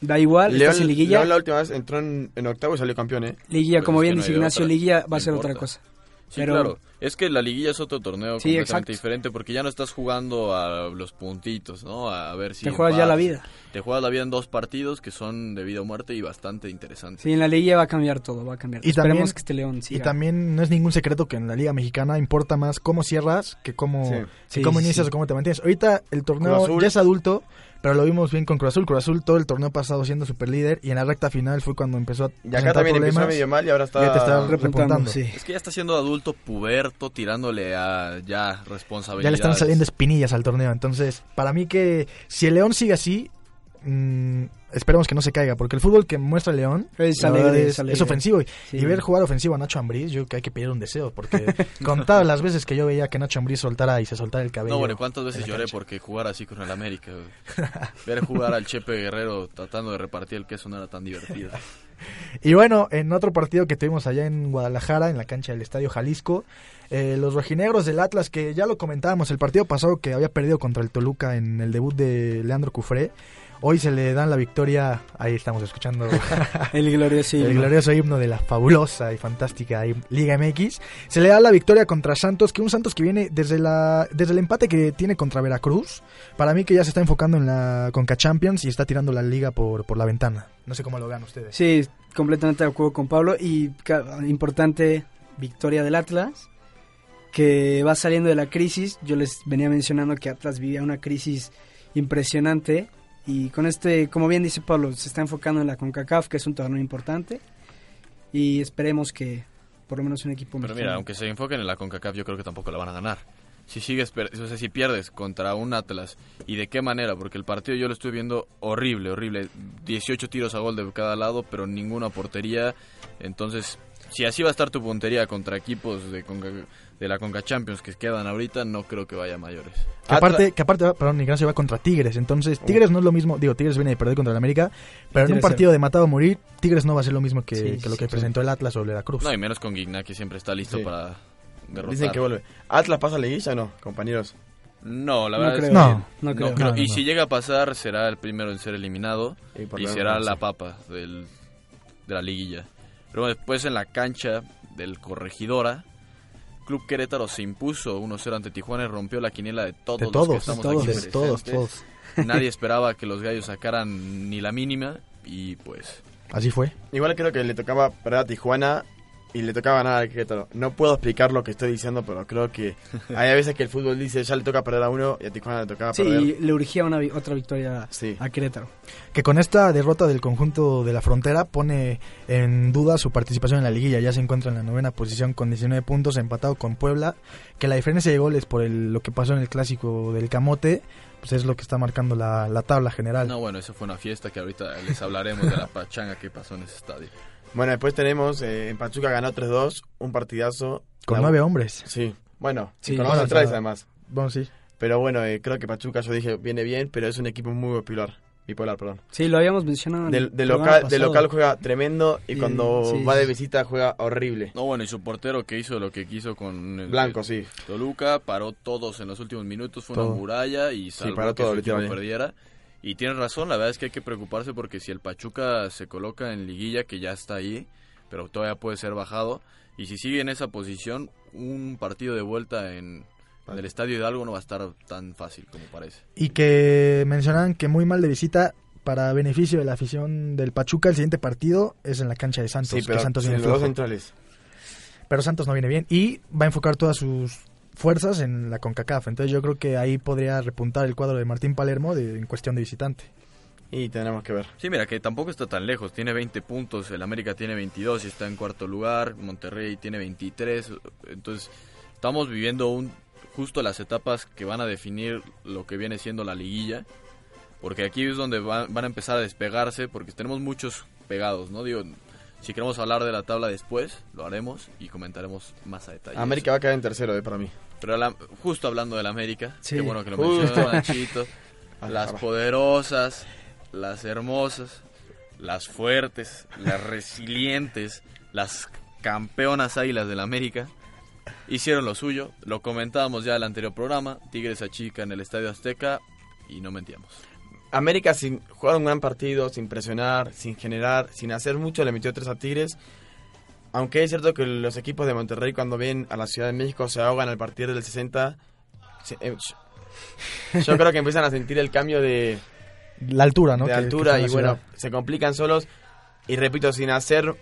D: da
A: Ah,
D: igual, estás en liguilla.
C: León la última vez entró en, en octavo y salió campeón, ¿eh?
D: Liguilla,
E: Pues
D: como
E: es que
D: bien
E: no
D: dice
E: hay de
D: Ignacio,
E: otra,
D: Liguilla va
E: no
D: a ser otra
E: importa.
D: cosa.
E: Sí,
D: Pero-
E: claro. Es que la liguilla es otro torneo
D: Sí,
E: completamente
D: exacto.
E: diferente porque ya no estás jugando a los puntitos, ¿no? A ver si...
D: Te juegas ya la vida.
E: empatas. Te juegas la vida en dos partidos que son de vida o muerte y bastante interesantes.
D: Sí, en la Liguilla va a cambiar todo, va a cambiar.
A: Y
D: Esperemos
A: también-
D: que este León
A: Y
D: siga.
A: también no es ningún secreto que en la Liga Mexicana importa más cómo cierras que cómo,
C: Sí.
A: que
D: Sí,
A: cómo
D: sí,
A: inicias
D: sí.
A: o cómo te mantienes. Ahorita el
C: Cruz
A: torneo
C: Azul.
A: ya es adulto, pero lo vimos bien con Cruz Azul. Cruz Azul todo el torneo pasado siendo superlíder y en la recta final fue cuando empezó a
C: Y acá también empezó medio mal y ahora está...
A: Ya te está
D: Repuntando,
A: repuntando.
D: sí.
E: Es que ya está siendo adulto, puberto, tirándole a ya responsabilidades.
A: Ya le están saliendo espinillas al torneo. Entonces, para mí que si el León sigue así, mm, esperemos que no se caiga, porque el fútbol que muestra León
D: Es
A: la
D: alegre,
A: verdad,
D: es alegre.
A: es ofensivo. Y-
D: Sí.
A: Y ver jugar ofensivo a Nacho Ambriz, yo creo que hay que pedir un deseo, porque contadas las veces que yo veía que Nacho Ambriz soltara y se soltara el cabello.
E: No, bueno, ¿cuántas veces
A: en la
E: lloré
A: cancha.
E: porque jugar así con el América? güey? Ver jugar al Chepe Guerrero tratando de repartir el queso no era tan divertido.
A: Y bueno, en otro partido que tuvimos allá en Guadalajara, en la cancha del Estadio Jalisco, eh, los rojinegros del Atlas, que ya lo comentábamos, el partido pasado que había perdido contra el Toluca en el debut de Leandro Cufré, hoy se le dan la victoria, ahí estamos escuchando
D: El glorioso.
A: el
D: himno.
A: glorioso himno de la fabulosa y fantástica Liga MX, se le da la victoria contra Santos, que un Santos que viene desde, la, desde el empate que tiene contra Veracruz, para mí que ya se está enfocando en la Conca Champions y está tirando la liga por, por la ventana. No sé cómo lo vean ustedes.
D: Sí, completamente de acuerdo con Pablo. Y ca- importante victoria del Atlas, que va saliendo de la crisis. Yo les venía mencionando que Atlas vivía una crisis impresionante. Y con este, como bien dice Pablo, se está enfocando en la CONCACAF, que es un torneo importante. Y esperemos que por lo menos un equipo
E: Pero
D: mexicano-
E: mira, aunque se enfoquen en la CONCACAF, yo creo que tampoco la van a ganar. Si sigues, per- o sea, si pierdes contra un Atlas, ¿y de qué manera? Porque el partido yo lo estoy viendo horrible, horrible. 18 tiros a gol de cada lado, pero ninguna portería. Entonces, si así va a estar tu puntería contra equipos de, Conca- de la CONCACHAMPIONS que quedan ahorita, no creo que vaya a mayores.
A: Que
C: Atla-
D: Ah,
A: aparte, que aparte, va- perdón, Ignacio va contra Tigres. Entonces, Tigres no es lo mismo. Digo, Tigres viene de perder contra el América. Pero en un
D: Oh. Tigres
A: partido de matado a morir, Tigres no va a ser lo mismo que,
D: Sí,
A: que lo
D: sí,
A: que
D: sí.
A: presentó el Atlas o el Veracruz.
E: No, y menos con Guignac, que siempre está listo
C: Sí.
E: para derrotar.
C: Dicen que vuelve. ¿Atlas pasa a liguilla o no, compañeros?
E: No, la
D: No
E: verdad
D: creo.
E: es que
A: No,
D: no creo.
A: No, no,
E: Y
A: no.
E: si llega a pasar, será el primero en ser eliminado.
C: Y por
E: y
C: lo
E: será
C: menos,
E: la
C: sí.
E: papa del, de la liguilla. Pero bueno, después en la cancha del Corregidora, Club Querétaro se impuso 1-0 ante Tijuana y rompió la quiniela de todos,
A: de
E: los que
A: todos,
E: estamos
A: todos,
E: aquí
A: de todos,
E: presentes.
A: todos.
E: Nadie esperaba que los gallos sacaran ni la mínima y pues
A: Así fue.
C: Igual creo que le tocaba perder a Tijuana y le tocaba ganar a Querétaro. No puedo explicar lo que estoy diciendo, pero creo que hay veces que el fútbol dice ya le toca perder a uno y a Tijuana le tocaba
D: Sí,
C: perder.
D: y le urgía una, vi- otra victoria
C: Sí.
D: a Querétaro.
A: Que con esta derrota del conjunto de la frontera pone en duda su participación en la liguilla. Ya se encuentra en la novena posición con 19 puntos, empatado con Puebla. Que la diferencia de goles por el- lo que pasó en el clásico del Camote, pues es lo que está marcando la, la tabla general.
E: no bueno, eso fue una fiesta que ahorita les hablaremos de la pachanga que pasó en ese estadio.
C: Bueno, después tenemos eh, en Pachuca ganó 3-2, un partidazo.
A: Con
C: La-
A: nueve hombres.
C: Sí, bueno,
D: Sí,
C: con los
A: bueno,
C: centrales
A: ya-
C: además.
A: Bueno, sí.
C: Pero bueno, eh, creo que Pachuca, yo dije, viene bien, pero es un equipo muy popular. bipolar, perdón.
D: Sí, lo habíamos mencionado. en
C: De,
D: Ah, el
C: de
D: programa
C: local, de
D: pasado.
C: local juega tremendo y
D: Sí,
C: cuando
D: sí,
C: va
D: sí.
C: de visita juega horrible.
E: No, bueno, y su portero que hizo lo que quiso con el
C: Blanco, sí.
E: Toluca, paró todos en los últimos minutos, fue
C: Todo.
E: una muralla y salvó
C: paró
E: que
C: todo,
E: su equipo
C: literalmente.
E: perdiera. Y tienes razón, la verdad es que hay que preocuparse porque si el Pachuca se coloca en liguilla, que ya está ahí, pero todavía puede ser bajado, y si sigue en esa posición, un partido de vuelta en,
C: Ah.
E: en el Estadio Hidalgo no va a estar tan fácil como parece.
A: Y que mencionaban que muy mal de visita para beneficio de la afición del Pachuca. El siguiente partido es en la cancha de Santos.
C: Sí,
A: que
C: pero
A: Santos
C: sin
A: viene
C: los dos
A: flojo.
C: centrales.
A: pero Santos no viene bien y va a enfocar todas sus fuerzas en la CONCACAF. Entonces yo creo que ahí podría repuntar el cuadro de Martín Palermo de- en cuestión de visitante.
C: Y tenemos que ver.
E: Sí, mira, que tampoco está tan lejos. Tiene 20 puntos, el América tiene 22 y está en cuarto lugar, Monterrey tiene 23. Entonces, estamos viviendo un justo las etapas que van a definir lo que viene siendo la liguilla. Porque aquí es donde va- van a empezar a despegarse, porque tenemos muchos pegados, ¿no? Digo, si queremos hablar de la tabla después, lo haremos y comentaremos más a detalle.
C: América va a quedar en tercero, eh, para mí.
E: Pero la- justo hablando del América,
D: Sí.
E: qué bueno que lo
C: Justo.
E: mencionó Nachito. las
C: Ajá.
E: poderosas, las hermosas, las fuertes, las resilientes, las campeonas águilas del América. Hicieron lo suyo, lo comentábamos ya en el anterior programa, Tigres achica en el Estadio Azteca y no mentíamos.
C: América sin jugar un gran partido, sin presionar, sin generar, sin hacer mucho, le metió tres a Tigres. Aunque es cierto que los equipos de Monterrey cuando vienen a la Ciudad de México se ahogan al partir del 60. se- eh, yo- yo creo que empiezan a sentir el cambio de,
A: La altura, ¿no?
C: de
A: Que- que
C: altura
A: fue la
C: y bueno,
A: ciudad.
C: se complican solos. Y repito, sin hacer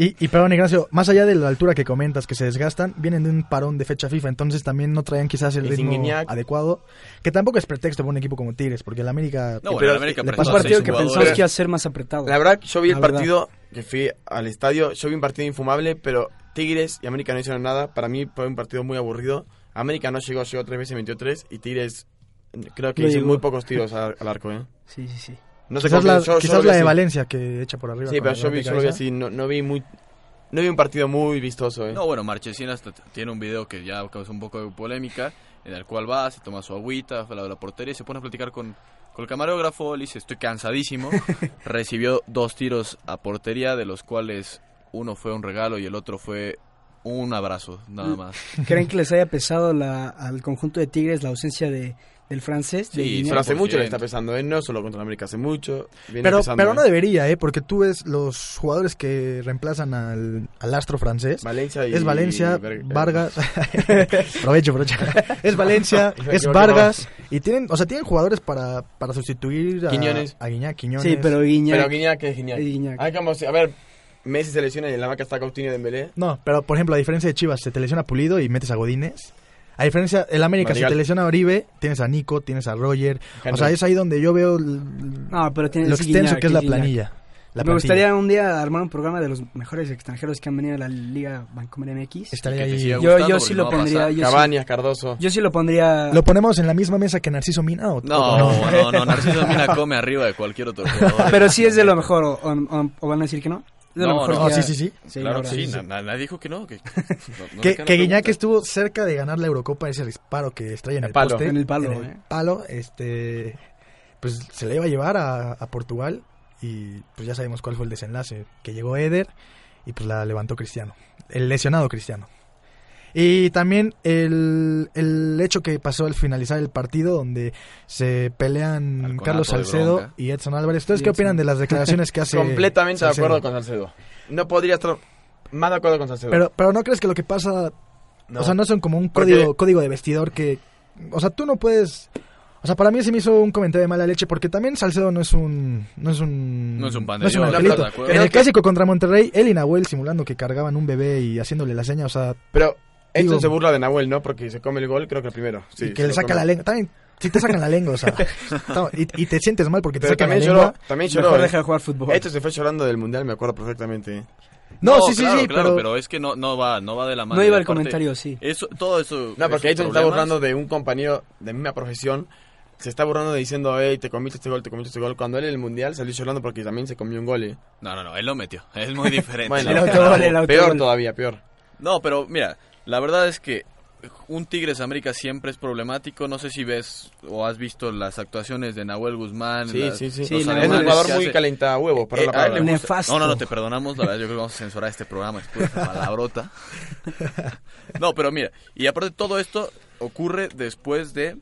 A: Y, y perdón, Ignacio, más allá de la altura que comentas que se desgastan, vienen de un parón de fecha FIFA, entonces también no traían quizás el
C: Y sin
A: ritmo
C: Guiñac.
A: adecuado, que tampoco es pretexto para un equipo como Tigres, porque el América...
E: No, bueno,
C: pero
E: el América
A: le
E: prestó
A: pasó
E: a
D: Un
A: Son
D: partido
E: seis
D: que
E: jugadores.
D: pensamos que iba a ser más apretado.
C: La verdad, yo vi
D: La
C: el
D: verdad.
C: partido que fui al estadio, yo vi un partido infumable, pero Tigres y América no hicieron nada. Para mí fue un partido muy aburrido. América no llegó, llegó tres veces, metió tres, y Tigres mm, creo que
D: No
C: hizo
D: llegó.
C: muy pocos tiros al, al arco, ¿eh?
D: Sí, sí, sí.
C: No
A: Quizás
C: cómo-
A: la,
C: yo- yo lo
A: quizás
C: vi
A: la de
C: así.
A: Valencia que echa por arriba.
C: Sí,
A: con
C: pero
A: el
C: yo,
A: golpe
C: vi,
A: de
C: yo lo vi
A: cabeza.
C: así, no, no vi muy... No vi un partido muy vistoso, ¿eh?
E: No, bueno, Marchesín hasta t- tiene un video que ya causó un poco de polémica, en el cual va, se toma su agüita, fue a la de la portería y se pone a platicar con, con el camarógrafo, le dice, estoy cansadísimo. Recibió dos tiros a portería, de los cuales uno fue un regalo y el otro fue un abrazo, nada más.
D: ¿Creen que les haya pesado la- al conjunto de Tigres la ausencia de, del francés? de
E: Sí,
D: Guiñac?
C: pero hace
E: 100%.
C: mucho le está pesando, ¿eh? No solo contra América, hace mucho. viene
A: Pero,
C: pesando,
A: pero
C: ¿eh?
A: no debería, ¿eh? Porque tú ves los jugadores que reemplazan al, al astro francés.
C: Valencia y...
A: Es Valencia,
C: Ver- eh,
A: Vargas. aprovecho, aprovecho. Es Valencia,
C: Iba a
A: es
C: equivocar.
A: Vargas. Y tienen, o sea, tienen jugadores para, para sustituir a,
C: Quiñones.
A: a Guiñac, Quiñones.
D: Sí, pero Guiñac.
C: Pero Guiñac Ah, es genial.
D: Es Guiñac.
C: Hay como si- a ver, Messi se lesiona y en la vaca está Coutinho de Dembélé.
A: No, pero por ejemplo, a diferencia de Chivas, se te lesiona Pulido y metes a Godínez. A diferencia, el América, se
C: Madrigal.
A: te lesiona a Oribe, tienes a Nico, tienes a Roger. O
C: Henry.
A: sea, es ahí donde yo veo l-
D: No, pero tiene
A: lo
D: es
A: extenso
D: Guiñac,
A: que es la
D: Guiñac.
A: planilla. La
D: Me
A: plantilla.
D: gustaría un día armar un programa de los mejores extranjeros que han venido a la Liga Bancomer MX.
A: Estaría
E: Que te
A: ahí-
E: siga
D: Yo,
E: gustando,
D: yo
E: porque
D: sí
E: no
D: lo
E: va a
D: pondría.
E: pasar.
D: Yo sí,
C: Cabañas, Cardoso.
D: yo sí lo pondría.
A: ¿Lo ponemos en la misma mesa que Narciso Mina? o-
E: No, no, no, Narciso Mina come arriba de cualquier otro jugador.
D: Pero sí es de lo mejor, o, o- o- o van a decir que no. Es de lo
E: No,
D: mejor
E: no,
D: que
A: Ah, sí,
D: ha-
A: sí, sí.
D: Sí, la
E: claro que
D: verdad.
E: sí, na- na- nadie dijo que no. Que, no- no
A: Que,
E: me cae la
A: que Guiñac
E: pregunta.
A: estuvo cerca de ganar la Eurocopa ese disparo que estrella en el,
C: El palo.
A: poste,
D: En el palo,
A: en el
D: eh.
A: palo, este, pues se le iba a llevar a, a Portugal y pues ya sabemos cuál fue el desenlace, que llegó Eder y pues la levantó Cristiano, el lesionado Cristiano. Y también el, el hecho que pasó al finalizar el partido donde se pelean
E: Arconato
A: Carlos
E: de
A: Salcedo
E: bronca.
A: y Edson Álvarez. ¿Ustedes
D: Y
A: qué
D: Edson.
A: opinan de las declaraciones que hace
C: Completamente de
A: Salcedo?
C: acuerdo con Salcedo. No podría estar más de acuerdo con Salcedo.
A: Pero, pero no crees que lo que pasa
C: No.
A: O sea, no son como un
C: Porque-
A: código, código de vestidor que... O sea, tú no puedes... O sea, para mí se me hizo un comentario de mala leche porque también Salcedo no es un... No es un...
E: No es un pan de
A: no es un
E: Dios,
A: angelito.
E: ¿estás de
A: En
E: acuerdo?
A: el
C: Creo que-
A: clásico contra Monterrey, él y Nahuel simulando que cargaban un bebé y haciéndole la seña, o sea,
C: Pero Edson
A: Digo-
C: se burla de Nahuel, ¿no? Porque se come el gol, creo que el primero. Sí,
A: y
C: se
A: que le
C: lo
A: saca
C: come.
A: la lengua. También, si te sacan la lengua, o sea... no, y, y te sientes mal porque te
C: Pero
A: sacan la
C: también
A: lengua.
C: lloró. También lloró.
D: Mejor
C: eh.
D: deja de jugar fútbol.
C: Esto se fue llorando del mundial, me acuerdo perfectamente. eh.
A: No, sí, sí,
E: claro,
A: sí,
E: claro, pero...
A: pero...
E: es que no, no va, no va de la mano.
D: No iba
E: Y
D: el
E: aparte,
D: comentario, sí.
E: Eso, todo eso.
C: No, porque
E: esos
C: Edson está
E: problemas-
C: burlando de un compañero de misma profesión. Se está burlando de diciendo, hey, te comiste este gol, te comiste este gol. Cuando él en el mundial salió llorando porque también se comió un gol. eh.
E: No, no, no, él lo metió. Es muy diferente.
C: Bueno,
D: El autogol, el autogol.
C: peor todavía, peor.
E: No, pero mira, la verdad es que un Tigres América siempre es problemático. No sé si ves o has visto las actuaciones de Nahuel Guzmán.
C: Sí,
E: las-
C: sí, sí.
E: los
D: Sí,
C: es
D: Nahuel
C: un
E: alemanes
C: jugador
E: que
C: muy
E: hace-
C: calenta huevo, para
E: Eh,
C: la
E: a él le
C: palabra.
E: gusta-
D: Nefasto.
E: No, no, no, te perdonamos. La verdad, yo creo que vamos a censurar este programa. Es pura esa palabrota. No, pero mira. Y aparte, todo esto ocurre después de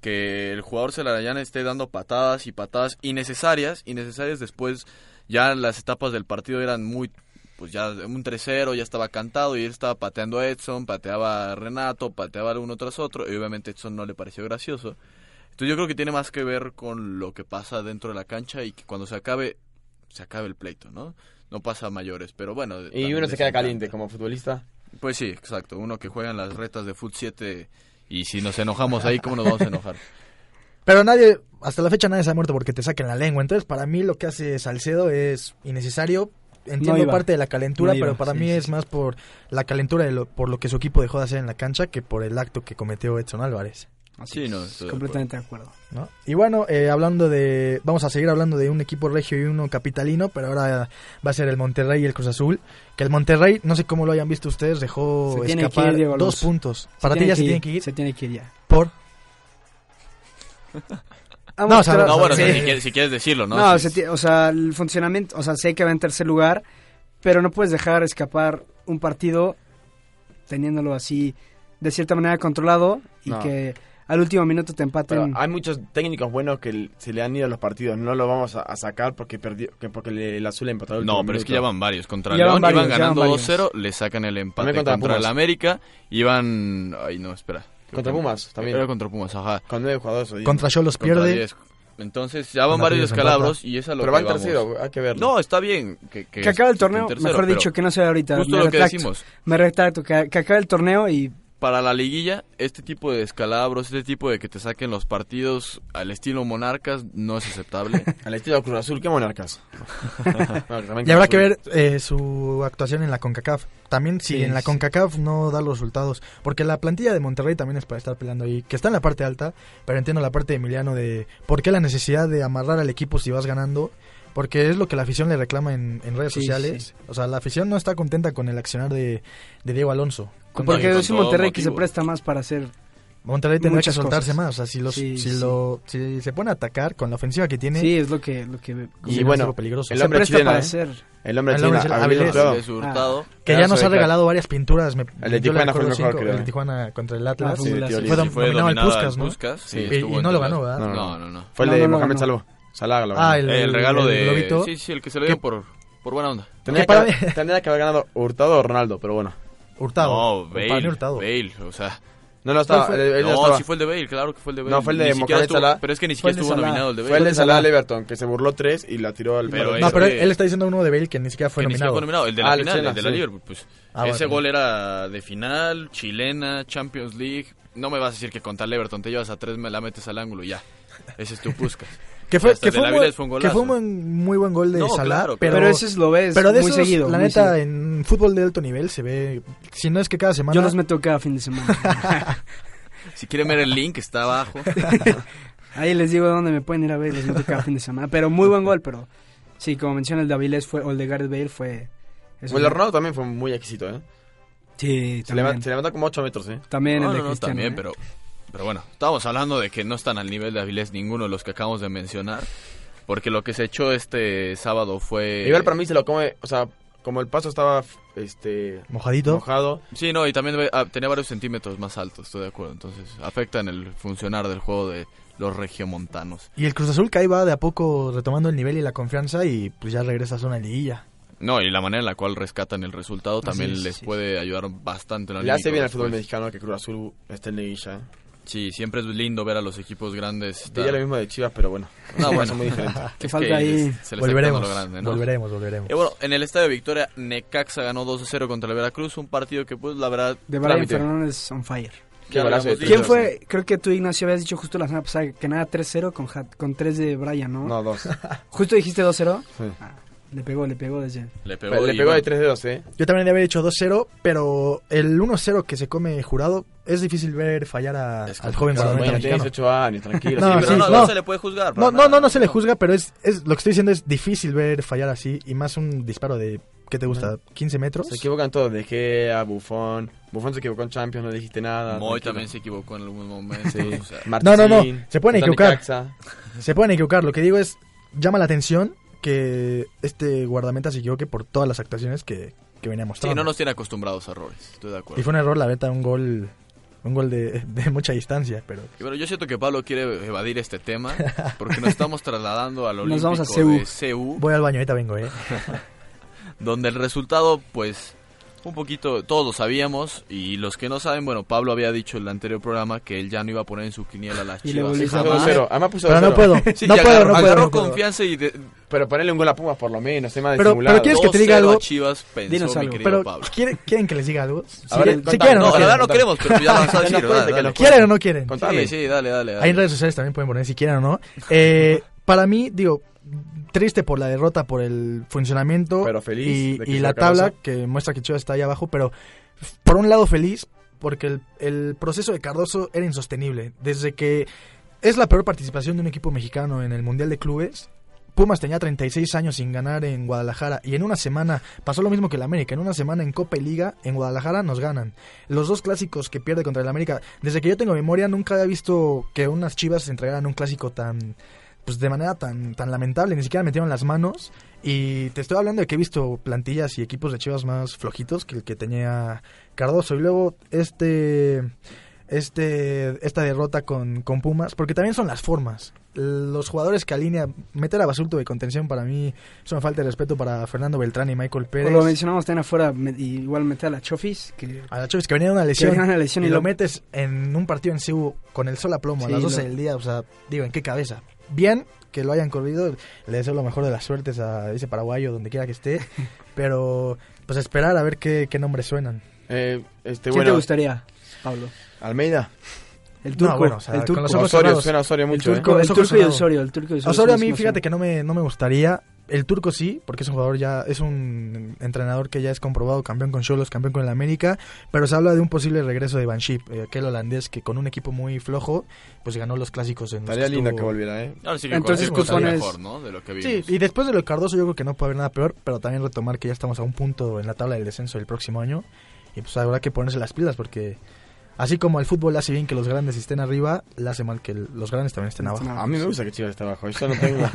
E: que el jugador Celarayán esté dando patadas y patadas innecesarias. Innecesarias después, ya las etapas del partido eran muy. Pues ya un 3-0, ya estaba cantado y él estaba pateando a Edson, pateaba a Renato, pateaba a uno tras otro. Y obviamente Edson no le pareció gracioso. Entonces yo creo que tiene más que ver con lo que pasa dentro de la cancha y que cuando se acabe, se acabe el pleito, ¿no? No pasa a mayores, pero bueno.
C: Y
E: también
C: uno se queda
E: desencanta.
C: caliente como futbolista.
E: Pues sí, exacto. Uno que juega en las retas de Foot 7 y si nos enojamos ahí, ¿cómo nos vamos a enojar?
A: Pero nadie, hasta la fecha nadie se ha muerto porque te saquen la lengua. Entonces, para mí lo que hace Salcedo es innecesario.
D: No
A: Entiendo
D: iba.
A: parte de la calentura,
D: No iba,
A: pero para
D: sí,
A: mí
D: sí,
A: es
D: sí.
A: más por la calentura, de lo- por lo que su equipo dejó de hacer en la cancha, que por el acto que cometió Edson Álvarez.
E: Sí, no, estoy de
D: completamente de acuerdo.
A: ¿no? Y bueno, eh, hablando de. Vamos a seguir hablando de un equipo regio y uno capitalino, pero ahora va a ser el Monterrey y el Cruz Azul. Que el Monterrey, no sé cómo lo hayan visto ustedes, dejó
D: Se tiene que
A: escapar
D: ir, Diego
A: dos
D: Alonso.
A: puntos. Para ti ya se tiene que ir.
D: Se tiene que ir ya.
A: Por.
D: Vamos
A: o sea,
D: a-
E: No, bueno, o sea,
D: sí.
E: si, quieres, si quieres decirlo, ¿no?
D: No,
E: Sí,
D: se ti- o sea, el funcionamiento, o sea, sí hay que va en tercer lugar, pero no puedes dejar escapar un partido teniéndolo así de cierta manera controlado y
C: No.
D: que al último minuto te
C: Pero
D: empaten.
C: hay muchos técnicos buenos que l- se le han ido a los partidos. No lo vamos a, a sacar porque perdió, que porque le- el azul empató. el
E: No,
C: último
E: pero es que ya
C: minuto.
E: van varios. Contra
D: Ya van
E: León
D: varios,
E: iban
D: ya
E: ganando
D: van varios.
E: 2-0, le sacan el empate.
C: También contra
E: Contra,
C: Pumas.
E: el América iban... Ay, no, espera.
C: Contra Pumas también.
E: Era contra Pumas, ajá.
C: Con nueve jugadores. o diez.
A: Contra Cholos
E: Contra
A: pierde.
E: 10. Entonces ya van
A: Contra
E: varios
A: diez,
E: descalabros y esa lo
C: Pero
E: que
C: va en
E: vamos.
C: tercero, hay que verlo.
E: No, está bien. Que, que
D: que acabe el
E: estén
D: torneo,
E: tercero,
D: mejor
E: pero
D: dicho, que no sea ahorita.
E: Justo
D: me
E: lo que
D: retracto.
E: decimos.
D: Me retracto, que, que acabe el torneo y
E: Para la liguilla, este tipo de descalabros, este tipo de que te saquen los partidos al estilo Monarcas, no es aceptable.
C: Al estilo Cruz Azul, qué monarcas. Bueno, también
A: Y habrá
C: Cruz
A: que
C: Azul.
A: ver eh, su actuación en la CONCACAF. También si
D: Sí,
A: en la
D: sí.
A: CONCACAF no da los resultados. Porque la plantilla de Monterrey también es para estar peleando ahí. Que está en la parte alta. Pero entiendo la parte de Emiliano de por qué la necesidad de amarrar al equipo si vas ganando. Porque es lo que la afición le reclama en, en redes
D: Sí,
A: sociales. O sea, la afición no está contenta con el accionar de, de Diego Alonso.
E: Con-
D: porque
E: con
D: es un
E: todo
D: Monterrey que se
E: motivo.
D: presta más para hacer.
A: Monterrey tendrá
D: Muchas
A: que soltarse
D: cosas.
A: más. O sea, si, los,
D: Sí,
A: si,
D: sí.
A: Lo, si se pone a atacar con la ofensiva que tiene, pues
D: Sí, es lo que lo que
C: Y
A: considera
C: bueno,
A: algo peligroso.
C: el
D: se
C: hombre
D: presta
C: chileno,
D: para
C: ¿eh?
D: hacer.
C: El hombre
A: El
C: chileno,
A: hombre chileno, Avilés.
C: Avilés Hurtado.
E: De su hurtado.
A: Que ya
C: pedazo
A: nos
C: de
A: ha
C: crack.
A: regalado varias pinturas. Me,
C: El de
A: yo le
C: Tijuana
A: recuerdo
C: fue mejor,
A: cinco,
C: creo.
A: El de Tijuana contra el Atlas.
D: Ah, sí, de
C: Tío
A: fue
C: Oliva.
A: dom-
E: fue
A: dominado el
E: dominada
A: Puskas, ¿no?
E: Puskás, sí,
A: Y-
E: estuvo
A: y
E: en
A: no lo
E: todas.
A: ganó, ¿verdad?
C: No, no,
E: No, no, no.
C: Fue el
D: No,
C: de
D: no, no,
C: Mohamed
D: no.
C: Salvo. Salah, lo
A: Ah,
C: ganó.
A: el,
E: Eh, El, regalo
A: el
E: de...
A: globito.
E: Sí, sí, el que se le dio por, por buena onda.
C: Tendría,
A: que para
C: que,
A: mí-
C: tendría que haber ganado Hurtado o Ronaldo, pero bueno.
A: Hurtado.
E: No,
A: Para mí
E: Bale,
A: Hurtado.
E: Bale, o sea...
C: No, no estaba. el- el-
E: no,
C: Eh, estaba.
E: sí fue el de Bale, claro que fue el de Bale.
C: No, fue el de
E: Ni siquiera
C: Mohamed
E: estuvo-
C: Salah.
E: Pero es que ni
D: Fue
E: siquiera
D: el de
E: estuvo
D: Salah.
E: nominado el de Bale.
C: Fue el de Salah
D: Salah.
C: Everton, que se burló tres y la tiró al
E: Pero
C: palo.
A: No,
E: es
A: pero
E: que-
A: él está diciendo uno de Bale que ni siquiera fue
E: Que ni siquiera
A: nominado.
E: fue nominado. El de la
C: Ah,
E: final,
C: China,
E: el de la
C: sí.
E: Liverpool. Pues,
A: Ah,
E: ese
A: bueno.
E: gol era de final, chilena, Champions League. No me vas a decir que contra el Everton te llevas a tres, me la metes al ángulo y ya. Ese es tu pusca.
A: Que fue,
E: Hasta
A: que
E: el de
A: fue,
E: la
A: un, buen-
E: Viles fue un
A: que fue un
E: golazo.
A: buen- muy buen gol de
E: No,
A: Salah.
E: claro, claro.
A: Pero,
D: Pero, ese es lo ves
A: pero de
D: muy
A: esos,
D: seguido.
A: la
D: muy
A: neta,
D: seguido.
A: en fútbol de alto nivel se ve, si no es que cada semana...
D: Yo los meto cada fin de semana.
E: Si quieren ver el link, está abajo.
D: Ahí les digo dónde me pueden ir a ver, les meto cada fin de semana. Pero muy buen gol, pero sí, como menciona el de Avilés fue, o el de Gareth Bale fue... es
C: Bueno,
D: un-
C: el Ronaldo también fue muy exquisito, ¿eh?
D: Sí,
C: Se, levanta,
D: también.
C: se levantó como 8 metros, ¿eh?
D: También
E: No,
D: el de
E: no, no,
D: Cristiano.
E: también,
D: ¿eh?
E: pero, pero bueno, estábamos hablando de que no están al nivel de Avilés ninguno de los que acabamos de mencionar. Porque lo que se echó este sábado fue.
C: Igual para mí se lo come, o sea, como el paso estaba este
A: Mojadito.
C: mojado,
E: Sí, no, y también ve- ah, tenía varios centímetros más altos, estoy de acuerdo. Entonces, afecta en el funcionar del juego de los regiomontanos.
A: Y el Cruz Azul que ahí va de a poco retomando el nivel y la confianza y pues ya regresa a zona de liguilla.
E: No, y la manera en la cual rescatan el resultado también
D: es,
E: les
D: sí,
E: puede ayudar bastante. en lo pues
C: le hace
E: anímico
C: bien al
E: después.
C: fútbol mexicano que Cruz Azul esté en liguilla. ¿eh?
E: Sí, siempre es lindo ver a los equipos grandes.
C: Diría lo mismo de Chivas, pero bueno.
E: No,
C: Es
E: bueno.
C: muy diferente.
D: Te
E: Es
D: falta
E: que
D: ahí.
E: se les está
A: Volveremos,
E: quitando lo grande, ¿no?
A: volveremos, volveremos.
E: Y Eh, bueno, en el Estadio Victoria, Necaxa ganó 2-0 contra el Veracruz, un partido que pues la verdad...
D: De Brian
C: Trámite.
D: Fernández on fire.
C: Qué golazo de
E: Sí,
D: ¿Quién
C: Tigres,
D: fue? Creo que tú, Ignacio, habías dicho justo la semana pasada que nada 3-0 con, hat- con 3 de Brian, ¿no?
C: No, dos.
D: Justo dijiste 2-0.
C: Sí.
D: Ah, le pegó, le pegó desde...
E: Le pegó,
C: Le
E: y,
C: pegó
E: bueno,
C: de tres dedos, ¿eh?
A: Yo también le había hecho 2-0, pero el 1-0 que se come jurado es difícil ver fallar a-
E: Es
A: al joven
E: complicado,
A: guardameta
C: Bueno, tiene
A: mexicano.
C: 18 años, tranquilo.
A: No,
E: sí,
C: sí,
E: pero
A: sí,
E: no,
A: no.
E: no se le puede juzgar. para
A: No, no, no,
E: nada.
A: no se le juzga, pero es, es lo que estoy diciendo es difícil ver fallar así y más un disparo de ¿qué te gusta? ¿15 metros?
C: Se equivocan todos, de Gea, Buffon. Buffon se equivocó en Champions, no dijiste nada.
E: Ah, Moy
C: tranquilo.
E: también se equivocó en algún momento.
C: Sí.
E: o sea,
C: Martín,
A: No, no, no, se pueden
C: Antonio
A: equivocar.
C: Caxa.
A: Se pueden equivocar, lo que digo es, llama la atención que este guardameta se equivoque por todas las actuaciones que, que venía
E: sí,
A: mostrando.
E: no nos tiene acostumbrados a errores, estoy de acuerdo.
A: Y fue un error, la beta, un gol, un gol de, de mucha distancia, pero...
E: Y bueno, yo siento que Pablo quiere evadir este tema porque nos estamos trasladando al
D: Nos
E: Olímpico
D: vamos a
E: de CU,
A: Voy al baño, ahorita vengo, eh.
E: donde el resultado, pues, un poquito, todos lo sabíamos y los que no saben, bueno, Pablo había dicho en el anterior programa que él ya no iba a poner en su quiniela a las
D: Y le
E: Chivas.
D: volviste a
E: jamás.
D: poner.
C: 2-0, Además puso
A: Pero no
C: 2-0.
A: puedo,
E: Sí,
A: no
E: y
A: puedo,
E: agarró,
A: no puedo.
E: agarró
A: no puedo.
E: confianza y de,
C: Pero ponerle un gol a Pumas por lo menos, tema
A: Pero-
C: disimulado.
A: pero ¿quieres que te
E: 2-0
A: diga algo?
E: a Chivas pensó
D: Dinos
E: mi
D: algo.
E: querido
A: Pero,
E: Pablo.
A: ¿quieren, ¿quieren que les diga algo? Si
C: A ver,
A: quieren- si
C: contame.
A: quieren o
E: No,
A: no
E: la verdad
A: quieren.
E: no queremos, pero tú ya vas a decir,
C: Cuéntale,
E: dale, dale.
C: que
A: ¿Quieren o no quieren?
C: Contame.
E: Sí, sí, dale, dale. dale.
A: Ahí en redes sociales también pueden poner si quieren o no. Eh, para mí, digo, triste por la derrota, por el funcionamiento
C: Pero feliz
A: y,
C: de que
A: y
C: sea
A: la
C: Cardoso.
A: tabla que muestra que Chivas está ahí abajo, pero por un lado feliz porque el, el proceso de Cardoso era insostenible. Desde que es la peor participación de un equipo mexicano en el Mundial de Clubes. Pumas tenía 36 años sin ganar en Guadalajara y en una semana pasó lo mismo que el América. En una semana en Copa y Liga en Guadalajara nos ganan. Los dos clásicos que pierde contra el América. Desde que yo tengo memoria nunca había visto que unas Chivas entregaran un clásico tan pues de manera tan tan lamentable. Ni siquiera metieron las manos y te estoy hablando de que he visto plantillas y equipos de Chivas más flojitos que el que tenía Cardoso y luego este este, esta derrota con, con Pumas, porque también son las formas. Los jugadores que alinea, meter a Basulto de contención para mí es una falta de respeto para Fernando Beltrán y Michael
D: Como lo
A: Pérez.
D: mencionamos también afuera, me- y igual meter a la Chofis, que
A: A la Chofis que venía de una
D: que
A: Ah, lesión,
D: venía una lesión
A: y
D: y
A: lo
D: lo
A: metes en un partido en CU con el sol a plomo
D: Sí,
A: a las 12
D: lo-
A: del día, o sea, digo, ¿en qué cabeza? Bien que lo hayan corrido, le deseo lo mejor de las suertes a ese paraguayo donde quiera que esté, pero pues a esperar a ver qué, qué nombres suenan.
C: Eh, este,
D: ¿Quién
C: bueno,
D: te gustaría, Pablo?
C: Almeida.
D: El
A: No,
D: turco,
A: bueno, o sea,
D: el
A: con
D: turco.
A: los ojos
C: Osorio,
A: cerrados.
C: suena Osorio
D: el
C: mucho, ¿eh?
D: turco,
A: Con
D: el
A: los ojos
D: turco y
A: cerrados.
D: Osorio, el turco y Osorio.
A: Osorio a
D: son los
A: mí,
D: que
A: fíjate
D: más-
A: que no me, no me gustaría. El turco sí, porque es un jugador ya, es un entrenador que ya es comprobado, campeón con Cholos, campeón con el América, pero se habla de un posible regreso de Van Schip, eh, aquel holandés que con un equipo muy flojo, pues ganó los clásicos en los
C: eh. Estaría
A: que
C: linda
A: estuvo.
C: que volviera, ¿eh?
E: Ahora sí que
D: Entonces,
E: Entonces, cosa
D: Cusón es-
E: mejor, ¿no? De lo que vimos.
A: Sí, y después de lo de Cardoso yo creo que no puede haber nada peor, pero también retomar que ya estamos a un punto en la tabla del descenso del próximo año y pues habrá que ponerse las pilas porque así como el fútbol hace bien que los grandes estén arriba, le hace mal que el- los grandes también estén abajo.
D: No.
C: A mí me gusta que Chivas esté abajo. Yo no tengo.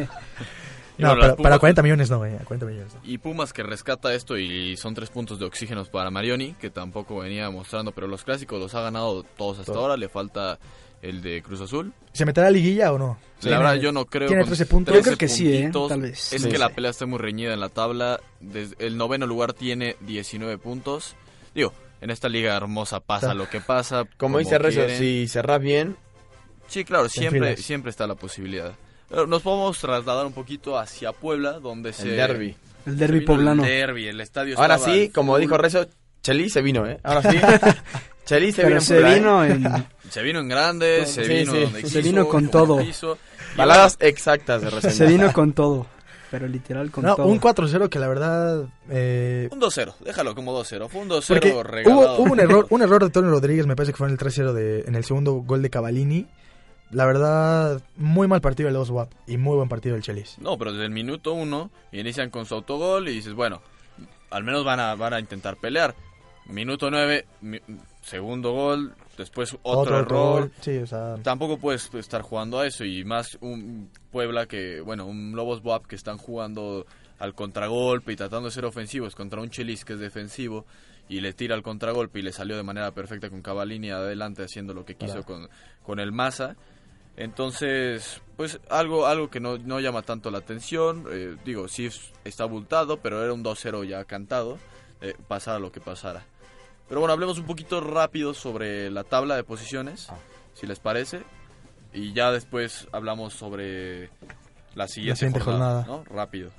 E: Y
A: No,
E: bueno, las
A: pero para
E: Pumas-
A: 40 millones no, eh, a 40 millones no.
E: Y Pumas que rescata esto y son tres puntos de oxígeno para Marioni, que tampoco venía mostrando, pero los clásicos los ha ganado todos hasta
A: Todo.
E: ahora, le falta el de Cruz Azul.
A: ¿Se meterá a liguilla o no?
E: La verdad yo no creo...
A: tiene
E: con
A: 13 puntos.
D: Yo creo que sí, ¿eh?
E: puntitos.
D: Tal vez.
E: Es
C: Sí,
E: que
C: sí.
E: la pelea está muy reñida en la tabla. Desde el noveno lugar tiene 19 puntos. Digo, en esta liga hermosa pasa
A: Está.
E: lo que pasa.
C: Como dice Rezo,
E: quieren.
C: si cerrás bien,
E: Sí, claro, siempre,
A: filas.
E: siempre está la posibilidad. Pero Nos podemos trasladar un poquito hacia Puebla, donde
C: el
E: se...
C: derby.
D: El
E: se
D: derby
E: vino
D: poblano.
E: El derby, el estadio
C: Ahora
E: estaba
C: sí,
E: al
C: como
E: full.
C: dijo Rezo, Chelí se vino, ¿eh? Ahora sí. Chelí se
D: Pero
C: vino. en
D: se
C: Puebla, ¿eh?
D: vino en...
E: Se vino en grande, se
C: Sí,
E: vino
C: sí.
E: donde
D: Se
E: quiso,
D: vino con
E: como
D: todo.
E: quiso. Y
C: Palabras exactas de Rezo.
D: se vino con todo. Pero literal con
A: No,
D: todo.
A: un 4-0 que la verdad... eh,
E: bueno, Un 2-0, déjalo como 2-0. Fue un
A: porque
E: 2-0 regalado.
A: hubo, hubo un error un error de Tony Rodríguez, me parece que fue en el 3-0 de- en el segundo gol de Cavallini. La verdad, muy mal partido del Oswap y muy buen partido del Chelis.
E: No, pero desde el minuto 1 inician con su autogol y dices, bueno, al menos van a, van a intentar pelear. Minuto 9, segundo gol, después otro, error.
A: gol. Sí, o sea,
E: Tampoco puedes estar jugando a eso y más un Puebla que, bueno, un Lobos Buap que están jugando al contragolpe y tratando de ser ofensivos contra un Chelis que es defensivo y le tira al contragolpe y le salió de manera perfecta con Cavallini adelante haciendo lo que quiso con, con el Massa. Entonces, pues algo algo que no, no llama tanto la atención, eh, digo, sí es- está abultado, pero era un 2-0 ya cantado, eh, pasara lo que pasara. Pero bueno, hablemos un poquito rápido sobre la tabla de posiciones
A: Ah.
E: si les parece. Y ya después hablamos sobre la siguiente,
A: siguiente
E: jornada,
A: jornada.
E: ¿no? Rápido.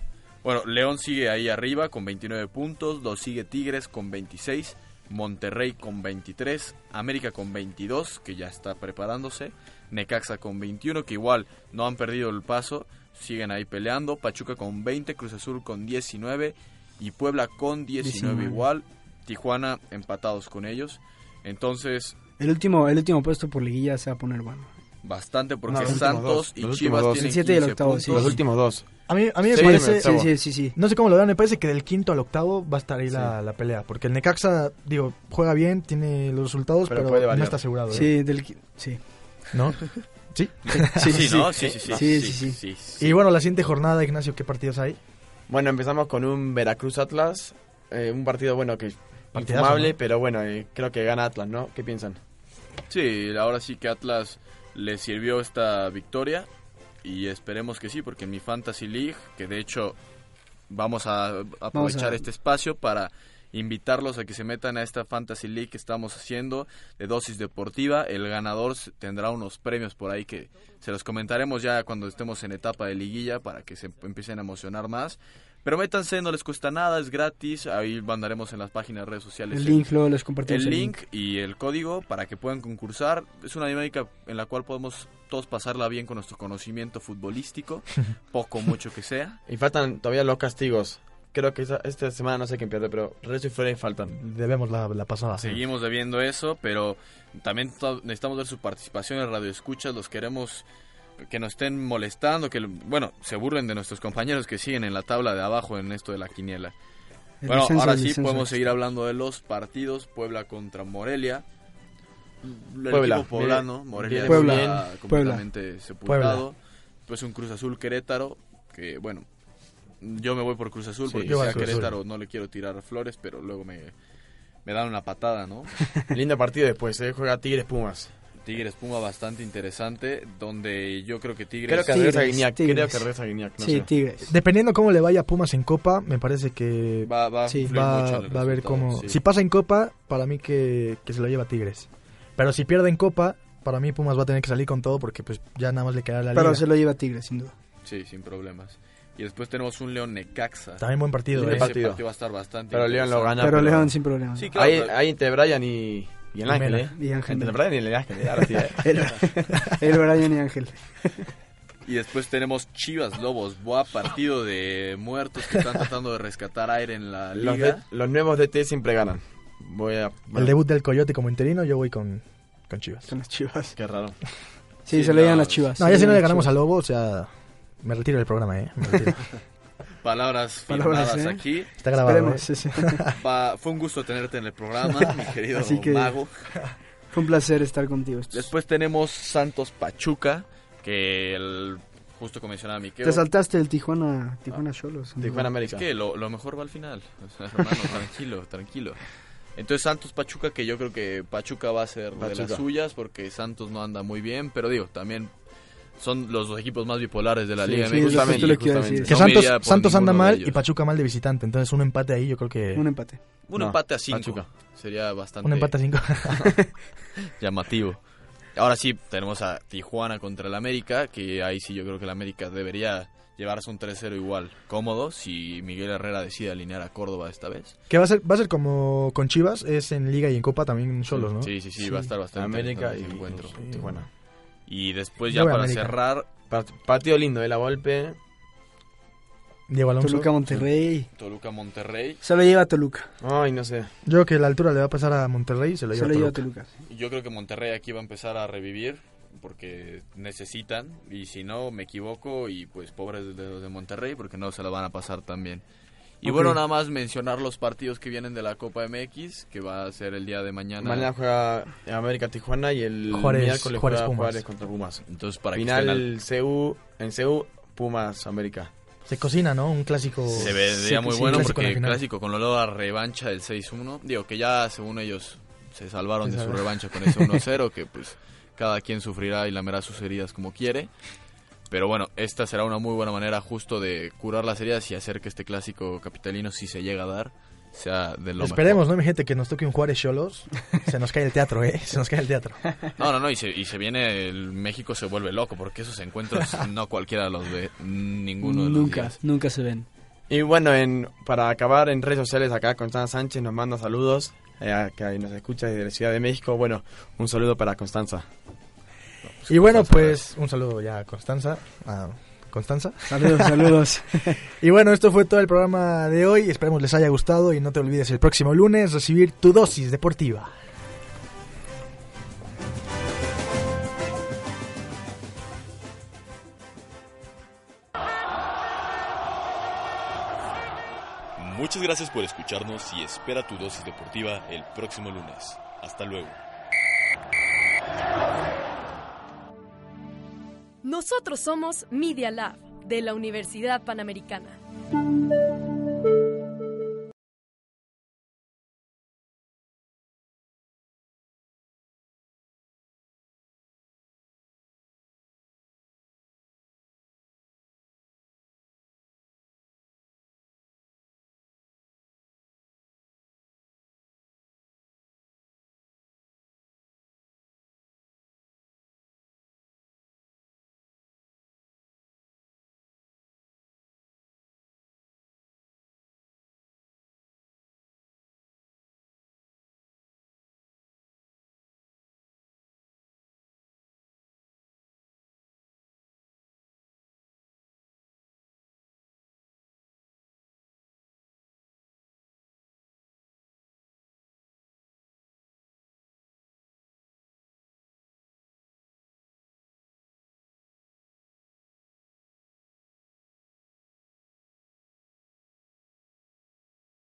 E: Bueno, León sigue ahí arriba con 29 puntos, lo sigue Tigres con 26, Monterrey con 23, América con 22, que ya está preparándose, Necaxa con 21, que igual no han perdido el paso, siguen ahí peleando, Pachuca con 20, Cruz Azul con 19 y Puebla con 19
D: 19.
E: igual, Tijuana empatados con ellos. Entonces,
D: El último, el último puesto por liguilla se va a poner bueno.
E: bastante porque
C: No, los últimos
E: Santos
C: dos,
E: y
C: los últimos
E: Chivas
C: dos.
E: tienen
D: El siete y el
E: 15
D: octavo,
E: puntos.
D: sí.
C: Los últimos dos.
A: A mí, a mí me
C: Sí,
A: parece...
C: me-
D: Sí, sí, sí, sí.
A: No sé cómo lo vean, me parece que del quinto al octavo va a estar ahí la, la pelea. Porque el Necaxa, digo, juega bien, tiene los resultados,
C: Pero
A: pero,
C: puede
A: no
C: variar.
A: está asegurado. ¿eh?
D: Sí, del, qui- sí.
A: ¿No? ¿Sí?
E: Sí, sí, ¿no? Sí, sí, sí.
D: Sí, sí, sí.
E: sí.
A: Y bueno, la siguiente jornada, Ignacio, ¿qué partidos hay?
C: Bueno, empezamos con un Veracruz Atlas. eh, un partido, bueno, que.
A: Partidazo,
C: infumable,
A: ¿no?
C: pero bueno, eh, creo que gana Atlas, ¿no? ¿Qué piensan?
E: Sí, ahora sí que Atlas le sirvió esta victoria y esperemos que sí, porque en mi Fantasy League, que de hecho vamos a aprovechar este espacio para invitarlos a que se metan a esta Fantasy League que estamos haciendo de dosis deportiva, el ganador s- tendrá unos premios por ahí que se los comentaremos ya cuando estemos en etapa de liguilla para que se em, empiecen a emocionar más. Pero métanse, no les cuesta nada, es gratis, ahí mandaremos en las páginas redes sociales
D: El
E: el-
D: link luego les compartimos.
E: el link y el código para que puedan concursar. Es una dinámica en la cual podemos todos pasarla bien con nuestro conocimiento futbolístico, poco o mucho que sea.
C: Y pues, faltan todavía los castigos. Creo que esa- esta semana no sé quién pierde, pero Rezo y Flores faltan.
A: Debemos la, la pasada.
E: Seguimos debiendo eso, pero también to- necesitamos ver su participación en Radio Escuchas. Los queremos que nos estén molestando, que, bueno, se burlen de nuestros compañeros que siguen en la tabla de abajo en esto de la quiniela.
D: El
E: bueno,
D: descenso,
E: ahora
D: el
E: sí
D: descenso.
E: podemos seguir hablando de los partidos. Puebla contra Morelia. El
C: Puebla.
E: equipo poblano, Morelia
C: viene
D: Puebla.
E: está completamente sepultado. Pues un Cruz Azul Querétaro, que bueno, yo me voy por Cruz Azul
C: Sí,
E: porque
A: yo voy
E: si a
A: al Cruz Azul.
E: Querétaro no le quiero tirar flores, pero luego me, me dan una patada, ¿no?
C: Lindo partido después, ¿eh? Juega Tigres Pumas.
E: Tigres Puma bastante interesante, donde yo creo que Tigres...
C: Creo que
D: Tigres,
C: regresa Guiñac. Creo
D: Tigres.
C: que regresa Guiñac. No
D: sí,
C: sé.
D: Tigres.
A: Dependiendo cómo le vaya a Pumas en Copa, me parece que
E: va, va a
D: Sí.
E: influir mucho
A: va,
E: en el
A: va a ver
E: resultado,
A: cómo...
E: sí.
A: Si pasa en Copa, para mí que, que se lo lleva Tigres. Pero si pierde en Copa, para mí Pumas va a tener que salir con todo porque pues ya nada más le queda la
D: Pero
A: liga.
D: se lo lleva Tigres, sin duda.
E: Sí, sin problemas. Y después tenemos un León Necaxa.
A: También buen partido,
E: Ese
A: ¿eh?
C: Libre partido.
E: partido va a estar bastante
C: Pero León lo
E: interesante.
C: gana.
D: pero, León sin problemas.
E: Sí, claro,
C: Hay,
E: pero-
C: hay entre Brian y, y el
A: Y
C: Ángel,
A: Mena.
C: ¿eh?
D: Y Ángel.
C: Entre
D: Mena.
C: Brian y el Ángel. ahora sí, ¿eh?
D: El, el Brian y Ángel.
E: Y después tenemos Chivas Lobos, Boa, partido de muertos que están tratando de rescatar aire en la
C: los,
E: liga.
C: de- los nuevos DT siempre ganan. Voy a.
A: El debut del Coyote como interino, yo voy con, con Chivas.
D: Son las chivas.
C: Qué raro.
D: Sí,
E: Sí,
D: se lo llevan
E: no,
D: las chivas.
A: No, ya si no le ganamos
D: a
A: al Lobo, o sea, me retiro del programa, ¿eh? Me retiro.
E: Palabras
D: Palabras,
E: firmadas
D: ¿eh?
E: aquí.
A: Está grabado. ¿eh?
E: Pa- fue un gusto tenerte en el programa, mi querido
D: Así que-
E: mago.
D: Fue un placer estar contigo.
E: Después tenemos Santos Pachuca, que el, justo como mencionaba mi
D: Te saltaste el Tijuana, Tijuana Cholos.
C: Tijuana
E: Es
C: América.
E: que lo, lo mejor va al final. O sea, hermano, tranquilo, tranquilo. Entonces Santos Pachuca, que yo creo que Pachuca va a ser de las
C: Pachuca.
E: suyas, porque Santos no anda muy bien, pero digo, también son los dos equipos más bipolares de la
C: Sí,
E: Liga
C: sí, es lo
E: MX.
C: que
D: justamente,
C: yo le quiero
D: justamente.
C: decir.
A: Que
E: No me
A: Santos,
E: iría por
A: Santos anda
E: ninguno de
A: mal
E: ellos.
A: y Pachuca mal de visitante. Entonces, un empate ahí, yo creo que.
D: Un
A: Un,
D: empate.
E: Un
C: No,
E: empate a 5
C: Pachuca.
E: sería bastante
A: empate a cinco.
E: llamativo. Ahora sí, tenemos a Tijuana contra el América, que ahí sí yo creo que el América debería llevarse un 3-0 igual, cómodo, si Miguel Herrera decide alinear a Córdoba esta vez.
A: que va a, ser, va a ser como con Chivas, es en Liga y en Copa también solos, ¿no?
E: Sí, sí, sí, va a estar bastante
C: América y
E: interesante ese encuentro.
A: sí.
C: Tijuana.
E: Y después
A: Yo
E: ya
A: voy a
E: para
A: América.
E: cerrar,
C: Part- partido lindo, ¿eh? La golpe.
A: Diego Alonso.
D: Toluca Monterrey.
E: Toluca Monterrey.
D: Se lo lleva Toluca.
C: Ay, no sé.
A: Yo creo que la altura le va a pasar a Monterrey y se lo
D: Se
A: lleva
D: lo
A: a
D: lleva
A: Toluca.
D: Toluca.
E: Yo creo que Monterrey aquí va a empezar a revivir porque necesitan y si no me equivoco y pues pobres de los de Monterrey porque no se la van a pasar tan bien. Y
D: Ok.
E: bueno, nada más mencionar los partidos que vienen de la Copa MX, que va a ser el día de mañana.
C: Mañana juega América Tijuana y el
A: Juárez-
C: miércoles
A: Juárez
C: juega
A: Pumas.
C: Juárez contra Pumas.
E: Entonces, para que estén
C: Final
E: al-
C: CU, en CU, Pumas América.
A: Se cocina, ¿no? Un clásico.
E: se vería
A: sí,
E: muy
A: sí, clásico
E: bueno
A: en
E: porque
A: la final.
E: clásico con la revancha del 6-1. Digo que ya según ellos se salvaron
A: Se
E: de su
A: salvaron.
E: revancha con ese 1-0 que pues cada quien sufrirá y lamerá sus heridas como quiere. Pero bueno, esta será una muy buena manera justo de curar las heridas y hacer que este clásico capitalino si se llega a dar sea de lo
A: Esperemos, ¿no? Mi gente, que nos toque un Juárez Cholos. Se nos cae el teatro, ¿eh? Se nos cae el teatro.
E: mejor. No, no, no, y se, y se viene el México se vuelve loco porque esos encuentros no cualquiera los ve ninguno de los
D: Nunca,
E: días.
D: nunca se ven.
C: Y bueno, en, para acabar en redes sociales, acá Constanza Sánchez nos manda saludos, eh, a- que nos escucha desde la Ciudad de México. Bueno, un saludo para Constanza.
A: Y bueno,
E: Constanza,
A: pues un saludo ya a Constanza. A Constanza.
D: Saludos, saludos.
A: Y bueno, esto fue todo el programa de hoy. Esperemos les haya gustado y no te olvides el próximo lunes recibir tu dosis deportiva.
E: Muchas gracias por escucharnos y espera tu dosis deportiva el próximo lunes. Hasta luego.
F: Nosotros somos Media Lab de la Universidad Panamericana.